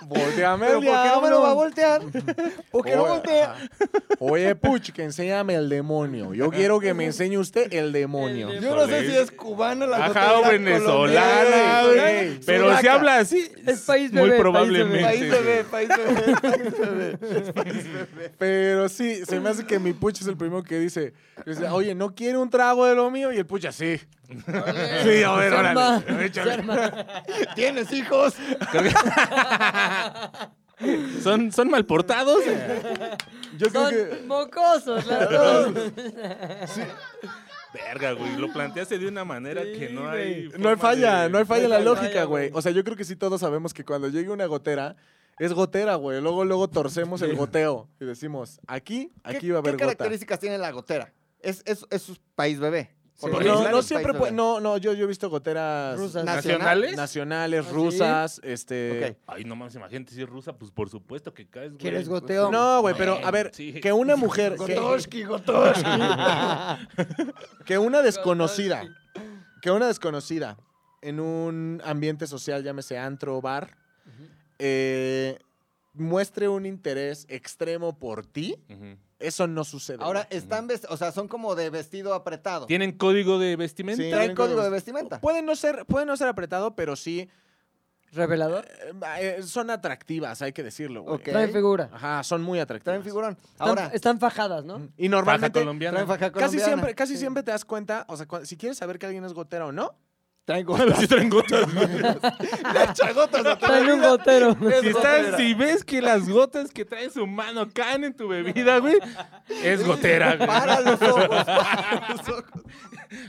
S4: Volteame
S2: Pero
S4: el
S2: ¿por qué no me lo va a
S4: diablo.
S2: voltear? ¿Por qué no
S4: Oye,
S2: voltea?
S4: Oye, Puch, que enséñame el demonio. Yo quiero que me enseñe usted el demonio.
S1: El
S2: Yo no sé
S3: Híjole.
S2: si es cubana la
S3: Ajá,
S2: gotera,
S3: venezolana,
S2: colombiana,
S3: güey. Pero si
S2: sudaca.
S3: habla así,
S1: Es país
S3: muy
S1: bebé, país
S3: probablemente.
S1: bebé.
S2: País bebé, país bebé, país bebé.
S4: Pero sí, se me hace que mi Puch es el primero que dice, dice, oye, ¿no quiere un trago de lo mío? Y el Puch así. Sí, a ver,
S1: Se arma,
S4: órale.
S1: se
S4: échale.
S1: arma.
S2: ¿Tienes hijos?
S3: ¿Son, son mal portados.
S4: Yo creo que...
S1: Son mocosos las dos.
S3: Verga, güey. Lo planteaste de una manera
S1: Sí,
S3: que no
S1: güey.
S3: hay.
S4: No hay
S3: forma
S4: falla,
S3: de-
S4: no hay falla
S1: no
S4: en la
S1: hay falla,
S4: lógica, güey.
S1: güey.
S4: O sea, yo creo que sí todos sabemos que cuando llegue una gotera, es gotera, güey. Luego, luego torcemos el goteo y decimos, aquí, aquí
S2: ¿Qué-
S4: va a haber
S2: ¿Qué
S4: gota.
S2: características tiene la gotera? Es, es, es un país bebé. Por lo
S1: Sí.
S4: No,
S2: regular
S4: no
S2: es
S4: siempre
S2: país
S4: puede.
S2: bebé.
S4: No, no, yo, yo he visto goteras
S1: Rusas.
S3: ¿Nacionales?
S4: nacionales,
S1: ¿Ah, sí?
S4: rusas, este.
S3: Ay, no mames, imagínate si es rusa, pues por supuesto que caes, güey.
S1: ¿Quieres goteo?
S4: No, güey, pero a ver,
S3: Sí.
S4: que una mujer, que,
S2: Gotoshki, Gotoshki.
S4: que una desconocida, que una desconocida en un ambiente social, llámese antro o bar, eh, muestre un interés extremo por ti,
S3: Ujú.
S4: eso no sucede.
S2: Ahora
S4: güey.
S2: están, vest- o sea, son como de vestido apretado.
S3: ¿Tienen código de vestimenta?
S4: Sí.
S2: Traen
S4: tienen
S2: código
S4: código
S2: de
S4: de
S2: vestimenta.
S4: Pueden no ser, pueden no ser apretado, pero sí
S1: Revelador.
S4: eh, eh, son atractivas, hay que decirlo, güey.
S2: Ok.
S1: Traen figura.
S4: Ajá, son muy atractivas.
S2: Traen figurón.
S1: Están-
S2: Ahora,
S1: están fajadas, ¿no?
S4: Y
S3: Faja
S4: normalmente
S3: colombiana.
S2: traen faja colombiana.
S4: casi siempre, casi siempre te das cuenta, o sea, cua- si quieres saber que alguien es gotera o no,
S2: Traen
S3: Sí traen gotas.
S2: Las chagotas a tu
S1: Traen un
S2: bebida.
S1: gotero.
S2: Es
S3: si,
S2: gotera.
S3: estás, si ves que las gotas que trae su mano caen en tu bebida, güey, es gotera, güey.
S2: Para los ojos, para los ojos.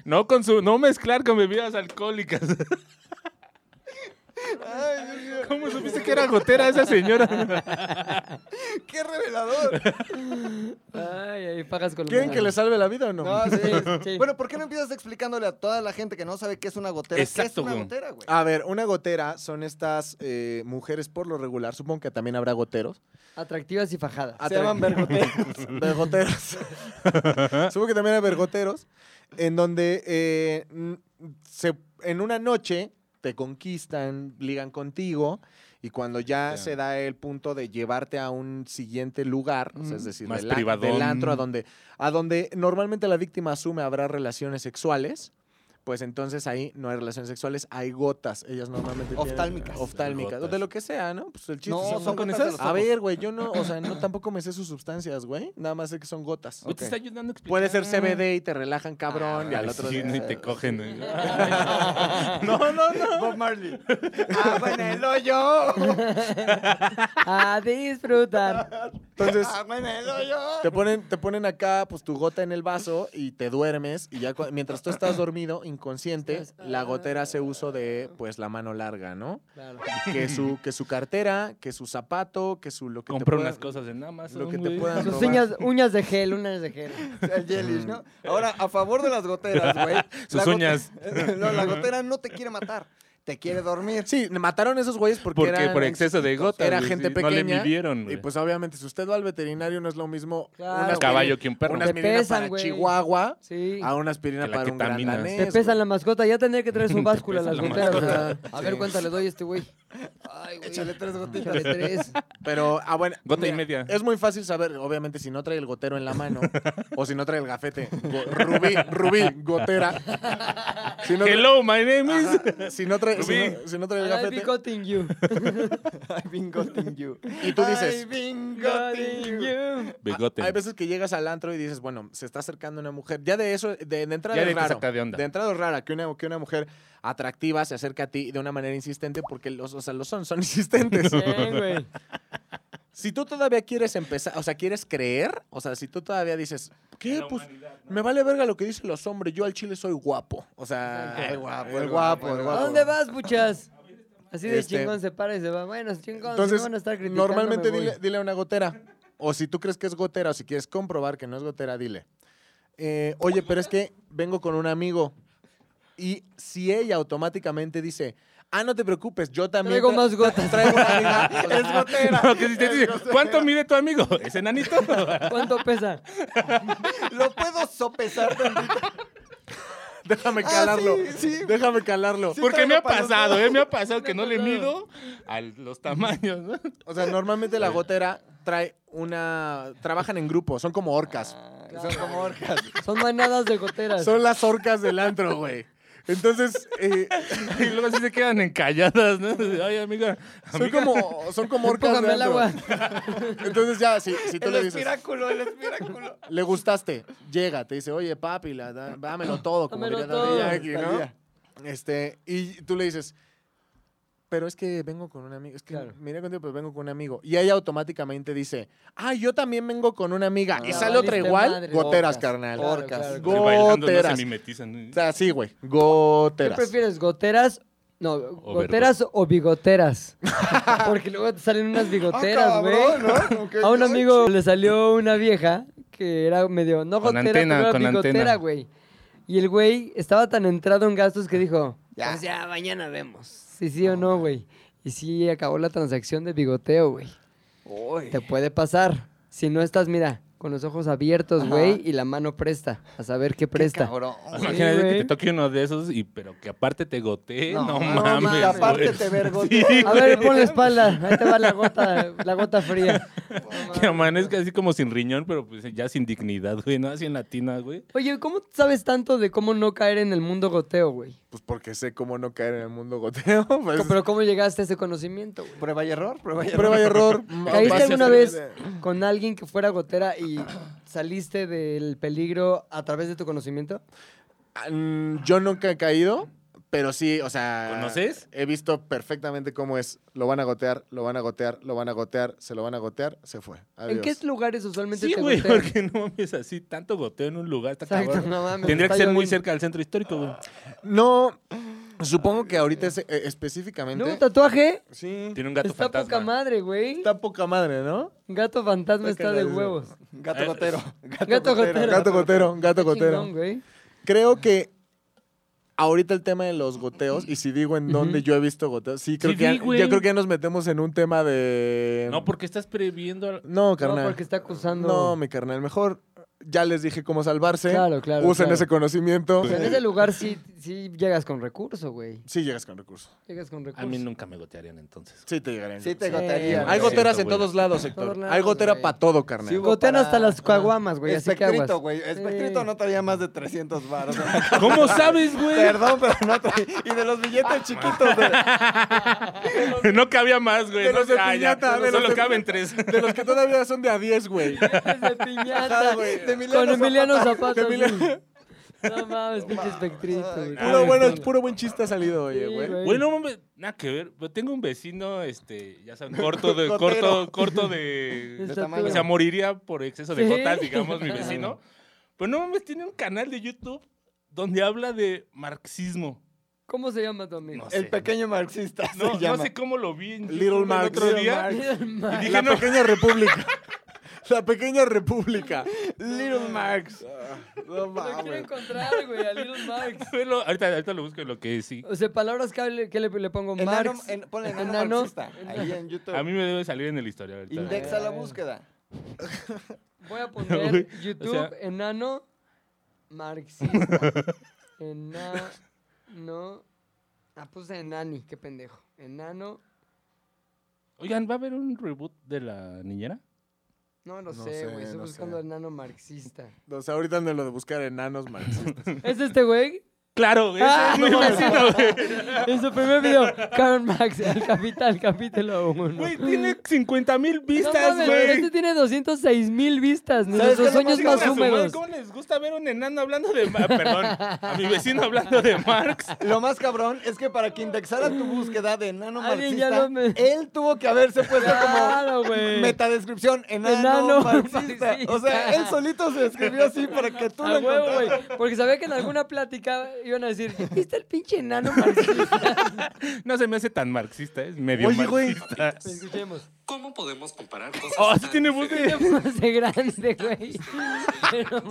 S3: No, consu- no mezclar con bebidas alcohólicas.
S2: Ay, Dios mío.
S3: ¿Cómo supiste que era gotera esa señora?
S2: ¡Qué revelador!
S1: Ay, ahí pagas con
S4: ¿Quieren
S1: una-
S4: que le salve la vida o no?
S2: No, sí.
S1: sí.
S2: Bueno, ¿por qué no empiezas explicándole a toda la gente que no sabe qué es una gotera? ¿Qué
S3: Exacto,
S2: es una
S3: güey.
S2: gotera, güey?
S4: A ver, una gotera son estas eh, mujeres por lo regular, supongo que también habrá goteros.
S1: Atractivas y fajadas.
S2: Se llaman vergoteros.
S4: Vergoteros. Supongo que también hay vergoteros. En donde eh, mm, se, en una noche te conquistan, ligan contigo. Y cuando ya
S3: Ya.
S4: se da el punto de llevarte a un siguiente lugar, o sea, es decir,
S3: Mm, Más
S4: del, a-
S3: privadón.
S4: del antro a donde, a donde normalmente la víctima asume habrá relaciones sexuales, pues entonces ahí no hay relaciones sexuales, hay gotas. Ellas normalmente tienen-
S2: Oftálmicas.
S4: oftálmicas, o
S3: Gotas.
S4: de lo que sea, ¿no? Pues el chiste
S2: No,
S4: es-
S2: son gotas
S3: con
S2: de
S3: esas?
S2: los
S4: a
S2: ojos.
S4: ver, güey, yo no, o sea, no tampoco me sé sus sustancias, güey. Nada más sé que son gotas.
S3: Güey, te está ayudando a explicar.
S4: Puede ser CBD y te relajan, cabrón, y al
S3: Ah, Ay,
S4: otro
S3: sí,
S4: día-
S3: ni te cogen. güey.
S4: No, no, no.
S2: Bob Marley. ¡Ah, bueno, el hoyo!
S1: A disfrutar.
S4: Entonces,
S2: ¡Ah, bueno, el hoyo!
S4: te ponen, te ponen acá, pues, tu gota en el vaso y te duermes. Y ya cu- mientras tú estás dormido, inconsciente, la gotera hace uso de, pues, la mano larga, ¿no?
S1: Claro.
S4: Que su, que su cartera, que su zapato, que su lo que
S3: Compró
S4: te pueda-
S3: unas cosas en Amazon.
S4: lo que te
S3: güey.
S4: puedan
S1: Sus
S4: robar.
S1: uñas, uñas de gel, uñas de gel.
S2: El Jellish, ¿no? Ahora, a favor de las goteras, güey.
S3: Mm. Sus
S2: la gote-
S3: uñas.
S2: No, la gotera no te quiere matar, te quiere dormir.
S4: Sí, mataron a esos güeyes porque,
S3: Porque
S4: eran-
S3: por exceso de gotas.
S4: Era
S3: güey,
S4: gente
S3: sí,
S4: pequeña.
S3: No le midieron, güey.
S4: Y pues obviamente, si usted va al veterinario, no es lo mismo
S1: Claro,
S4: una
S1: güey.
S3: caballo que un perro.
S4: una
S1: Te
S4: aspirina
S1: pesan,
S4: para
S1: güey.
S4: Chihuahua
S1: Sí.
S2: Ah,
S4: a una aspirina
S3: Que la
S4: para un gran
S3: ketaminas.
S4: danés,
S1: Te pesan la mascota, ya tendría que traer su báscula a
S3: pesa
S1: las
S3: la
S1: goteras.
S4: mascota.
S1: o sea, A ver cuánto le doy a este güey. Ay, güey.
S2: Échale tres gotitas.
S1: Échale tres.
S4: güey. Pero, ah, bueno.
S3: Gota y media.
S4: Es muy fácil saber, obviamente, si no trae el gotero en la mano o si no trae el gafete. go- rubí, rubí, gotera. Si no,
S3: Hello, my name is.
S4: Ajá, si no trae, si
S3: Rubí.
S4: no- si no trae el
S1: I'll be
S4: gafete.
S1: gotting you.
S2: I've been gotten you.
S4: Y tú dices-
S2: I've been gotten
S1: Gotting
S2: you.
S1: you.
S3: Bigote.
S4: Ah, Hay veces que llegas al antro y dices, bueno, se está acercando una mujer. Ya de eso, de, de entrada
S3: Ya
S4: es
S3: de ahí te
S4: raro.
S3: saca de onda.
S4: entrada es rara que una, que una mujer atractiva se acerque a ti de una manera insistente porque los, o sea, los son, son insistentes.
S1: Bien, güey.
S4: Si tú todavía quieres empezar, o sea, quieres creer, o sea, si tú todavía dices, ¿qué? Pues me vale verga lo que dicen los hombres, yo al chile soy guapo. O sea,
S2: El guapo,
S4: el guapo, el
S1: ¿A
S4: guapo.
S1: dónde vas, puchas? Así de
S4: Este-
S1: chingón se para y se va. Bueno, chingón,
S4: Entonces,
S1: si no van a estar criticando,
S4: normalmente
S1: me voy.
S4: dile, dile a una gotera. O si tú crees que es gotera o si quieres comprobar que no es gotera, dile. eh, Oye, pero es que vengo con un amigo. Y si ella automáticamente dice, ah, no te preocupes, yo también.
S1: Traigo
S4: tra-
S1: más gotas.
S4: Traigo una amiga.
S2: Es gotera.
S3: No, que si te dice, ¿cuánto mide tu amigo? ¿Es enanito?
S1: ¿Cuánto pesa?
S2: Lo puedo sopesar tantito.
S4: Déjame
S2: Ah,
S4: calarlo.
S2: sí, sí.
S4: Déjame calarlo.
S2: Sí.
S3: Porque me ha
S2: traigo para los
S3: pasado, ¿eh? Me ha pasado que no le mido a los tamaños, ¿no?
S4: O sea, normalmente la gotera trae una. Trabajan en grupo, son como orcas.
S1: Ah,
S2: Son como orcas.
S1: Son manadas de goteras.
S4: Son las orcas del antro, güey. Entonces, eh,
S3: Y luego así se quedan encalladas, ¿no? Ay, amiga.
S4: son como, son como orcas
S1: Póngame
S4: del
S1: el
S4: antro.
S1: agua.
S4: Entonces ya, si, si tú
S2: El
S4: le dices,
S2: espiráculo, el espiráculo.
S4: le gustaste, llega, te dice, oye, papi, la, da- dámelo todo, como
S1: Dámelo
S4: diría
S1: todo.
S4: Daddy Yankee, ¿no? Este, y tú le dices, pero es que vengo con un amigo, es que
S1: Claro.
S4: mira contigo, pero vengo con un amigo. Y ella automáticamente dice, ah, yo también vengo con una amiga. y
S1: Ya
S4: sale otra
S1: Ah, valiste
S4: igual,
S1: madre.
S4: goteras,
S1: Orcas.
S4: carnal.
S1: Claro,
S2: orcas.
S1: claro, claro.
S4: Go-
S3: Bailando, no se
S4: goteras.
S3: mimetizan.
S4: O sea, sí, güey,
S1: ¿Qué
S4: goteras.
S1: prefieres, goteras? No, goteras o bigoteras. Porque luego te salen unas
S2: Ah,
S4: Ah,
S1: bigoteras, güey. A un amigo le salió una vieja que era medio, no
S3: Con
S1: gotera,
S3: antena,
S1: pero era
S3: con
S1: bigotera,
S3: antena.
S1: güey. Y el güey estaba tan entrado en gastos que dijo,
S2: Ya.
S1: pues ya, mañana vemos. Sí, sí o no, güey. Y sí, acabó la transacción de bigoteo, güey. Te puede pasar. Si no estás, mira, con los ojos abiertos,
S2: Ajá.
S1: güey, y la mano presta, a saber qué presta.
S2: Cabrón.
S3: Imagínate que
S1: güey.
S3: te toque uno de esos, y, pero que aparte te gotee. No,
S1: no
S2: No,
S3: mames.
S1: mames.
S2: Y aparte
S3: güey.
S2: te vergote.
S1: a ver, pon la espalda. Ahí te va la gota, la gota fría.
S3: Que amanezca así como sin riñón, pero pues ya sin dignidad, güey. No así en latina, güey.
S1: Oye, ¿cómo sabes tanto de cómo no caer en el mundo goteo, güey?
S4: Pues porque sé cómo no caer en el mundo goteo. pues,
S1: Pero ¿cómo llegaste a ese conocimiento, güey?
S2: Prueba y error, prueba y error.
S4: prueba y error.
S1: ¿Caíste
S4: Vas a
S1: alguna
S4: ser-
S1: vez con alguien que fuera gotera y saliste del peligro a través de tu conocimiento?
S4: Ah, mm, Yo nunca he caído, pero sí, o sea.
S3: ¿Conoces?
S4: He visto perfectamente cómo es. Lo van a gotear, lo van a gotear, lo van a gotear, se lo van a gotear, se fue.
S1: ¿En qué
S4: Adiós.
S1: lugares usualmente
S3: Sí,
S1: te
S3: güey,
S1: gotean?
S3: porque no mames así, tanto goteo en un lugar, está
S1: Exacto,
S3: cabrón.
S1: no mames,
S3: Tendría
S1: está
S3: que ser muy
S1: lloviendo.
S3: cerca del centro histórico, güey.
S4: No, Supongo que ahorita es, eh, específicamente.
S1: Nuevo tatuaje. Pues
S4: sí.
S3: Tiene un gato
S1: Está
S3: fantasma.
S1: poca madre, güey.
S4: Está poca madre, ¿no?
S1: Gato fantasma
S4: Está
S1: está de
S4: cagado.
S1: huevos.
S2: Gato
S3: Eh,
S2: gotero.
S1: Gato gotero.
S4: Gato gotero, gato
S1: Está
S4: gotero.
S1: chingón, güey.
S4: Creo que ahorita el tema de los goteos, y si digo en dónde
S1: Ujú.
S4: yo he visto goteos, sí, creo
S3: Sí,
S4: que ya,
S3: vi, güey.
S4: yo creo que ya nos metemos en un tema de...
S3: No, porque estás previendo. al-
S4: No,
S1: No,
S4: carnal.
S1: porque está acusando.
S4: No, mi carnal, mejor ya les dije cómo salvarse.
S1: Claro, claro,
S4: Usen
S1: claro.
S4: ese conocimiento.
S1: O sea, en ese lugar sí, sí llegas con recurso, güey.
S4: Sí llegas con recursos.
S1: Llegas con recurso.
S3: A mí nunca me gotearían entonces.
S4: Sí te llegarían.
S2: Sí, te
S1: Sí.
S2: gotearía.
S4: Hay
S2: güey.
S3: Sí,
S4: goteras
S3: siento,
S4: en
S3: güey.
S4: todos lados,
S1: Todos
S4: Héctor.
S1: lados,
S4: Hay gotera
S1: güey.
S4: para todo, carnal.
S2: Sí, hubo
S1: Gotean
S2: para-
S1: hasta las caguamas, güey. Así que aguas.
S2: Espectrito, güey. Espectrito
S1: Sí.
S2: no traía más de 300 baros.
S3: ¿Cómo sabes, güey? Ah,
S2: Perdón, pero no traía. Y de los billetes chiquitos. de-
S3: no cabía más, güey.
S4: De
S3: No
S4: los de
S3: ah, ya,
S4: piñata, de
S3: Solo
S4: los de-
S3: caben tres.
S4: De los que todavía son de a 10, güey.
S1: Dientes de piñata.
S2: de Emiliano
S1: con Emiliano Zapata.
S4: De Emiliano-
S1: sí. No mames, pinche espectrito, güey.
S4: Puro,
S3: Ah,
S4: bueno,
S1: Sí,
S4: puro buen chiste ha salido, oye, güey.
S3: Güey, no mames, nada que ver. Pero tengo un vecino, este, ya saben, corto de,
S2: Gotero.
S3: corto, corto de.
S1: Está
S2: tamaño.
S1: tú.
S3: O sea, moriría por exceso de
S1: Sí.
S3: gotas, digamos, mi vecino. Pero no mames, tiene un canal de YouTube donde habla de marxismo.
S1: ¿Cómo se llama tu amigo?
S3: No sé.
S2: El pequeño marxista.
S3: No,
S2: se
S3: no
S2: llama.
S3: sé cómo lo vi en
S4: Little
S3: YouTube el
S4: Marx.
S3: otro
S4: Little
S3: día.
S4: Marx.
S3: Y dije,
S4: La
S3: no,
S4: pequeña república. La pequeña república.
S2: Little Marx.
S4: No
S1: Lo quiero
S4: mames.
S1: encontrar, güey, a Little Marx.
S3: velo, ahorita, ahorita lo busco en lo que sí.
S1: O sea, palabras que, hable- que le, le pongo
S2: Enano,
S1: Marx.
S2: en, ponle enano,
S1: Enano.
S2: marxista. Ahí en YouTube.
S3: A mí me debe salir en el historial ahorita.
S2: Indexa la
S1: Bueno.
S2: búsqueda.
S1: Voy a
S3: Güey,
S1: poner
S3: o
S1: YouTube
S3: sea-
S1: enano marxista. enano. Ah, puse enani, qué pendejo. Enano.
S3: Oigan, ¿va a haber un reboot de la niñera?
S1: No lo
S4: No
S1: sé,
S4: sé,
S1: güey. Estoy
S4: no
S1: buscando
S4: sé.
S1: enano marxista.
S4: O sea, ahorita ando en lo de buscar enanos marxistas.
S1: ¿Es este güey?
S3: Claro, güey.
S1: Ah,
S3: ese es mi
S1: no.
S3: vecino, güey.
S1: En su primer video, Karl Marx, al capital, capítulo 1.
S3: Güey, tiene 50 mil
S1: No
S3: vistas,
S1: mames,
S3: güey.
S1: Este tiene 206 mil vistas.
S2: ¿Sabes qué
S1: Nuestros
S2: es lo
S1: sueños
S2: más
S1: más
S3: Chinga su madre,
S1: húmedos.
S3: ¿Cómo les gusta ver un enano hablando de... ah, perdón, a mi vecino hablando de Marx?
S2: Lo más cabrón es que para que indexara tu búsqueda de enano
S1: Alguien
S2: marxista,
S1: ya lo me-
S2: él tuvo que haberse puesto
S1: Claro,
S2: como
S1: güey.
S2: metadescripción enano,
S1: Enano
S2: marxista. O sea,
S1: marxista.
S2: él solito se escribió así para que tú
S1: A
S2: lo
S1: huevo,
S2: encontraras.
S1: güey. Porque sabía que en alguna plática iban a decir, ¿viste el pinche enano marxista?
S3: No se me hace tan marxista, es medio
S4: Oye, güey.
S3: marxista.
S1: Escuchemos.
S6: ¿Cómo podemos comparar cosas?
S3: Oh, sí
S6: tan
S3: tiene voz de-
S6: diferentes?
S1: Ese grande, güey. Pero,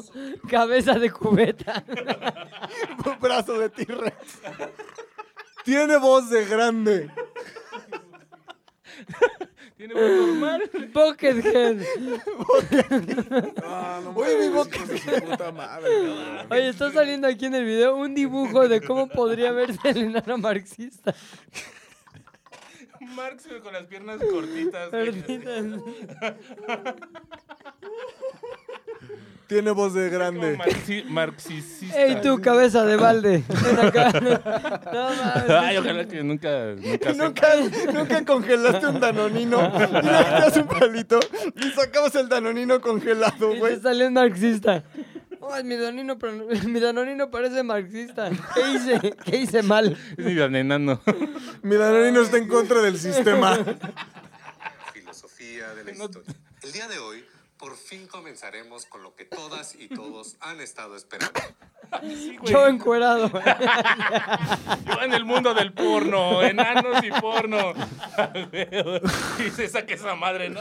S1: cabeza de cubeta.
S2: Un brazo de tirre.
S4: Tiene voz de grande.
S3: Tiene voz normal.
S1: Pockethead.
S4: Ah,
S2: Uy, mi boca.
S4: Puta madre, cabrón.
S1: Oye, está saliendo aquí en el video un dibujo de cómo podría verse el enano marxista.
S3: Marx pero con las piernas cortitas. güey.
S1: Perdidas.
S4: Tiene voz de
S3: Como
S4: grande.
S3: marxi- marxicista.
S1: Ey, tú, cabeza de balde. Ven acá. No mames.
S3: Ay, ojalá que nunca... Nunca, se-
S2: Nunca, nunca congelaste un danonino. Y le metías un palito y sacabas el danonino congelado,
S1: Y
S2: güey.
S1: te salió un marxista. Oh, mi danonino, pro- mi danonino parece marxista. ¿Qué hice? ¿Qué hice mal?
S3: Es mi don enano.
S4: Mi danonino está en contra del sistema.
S6: Filosofía de la historia. El día de hoy, por fin comenzaremos con lo que todas y todos han estado esperando.
S1: Yo encuerado.
S3: Yo en el mundo del porno, enanos y porno. y se saca esa madre, ¿no?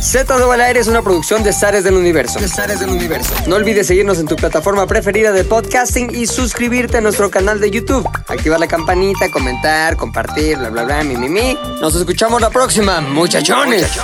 S1: Z2 al aire es una producción de Zares del Universo. del Universo. No olvides seguirnos en tu plataforma preferida de podcasting y suscribirte a nuestro canal de YouTube. Activar la campanita, comentar, compartir, bla, bla, bla, mi, mi, mi. Nos escuchamos la próxima, muchachones.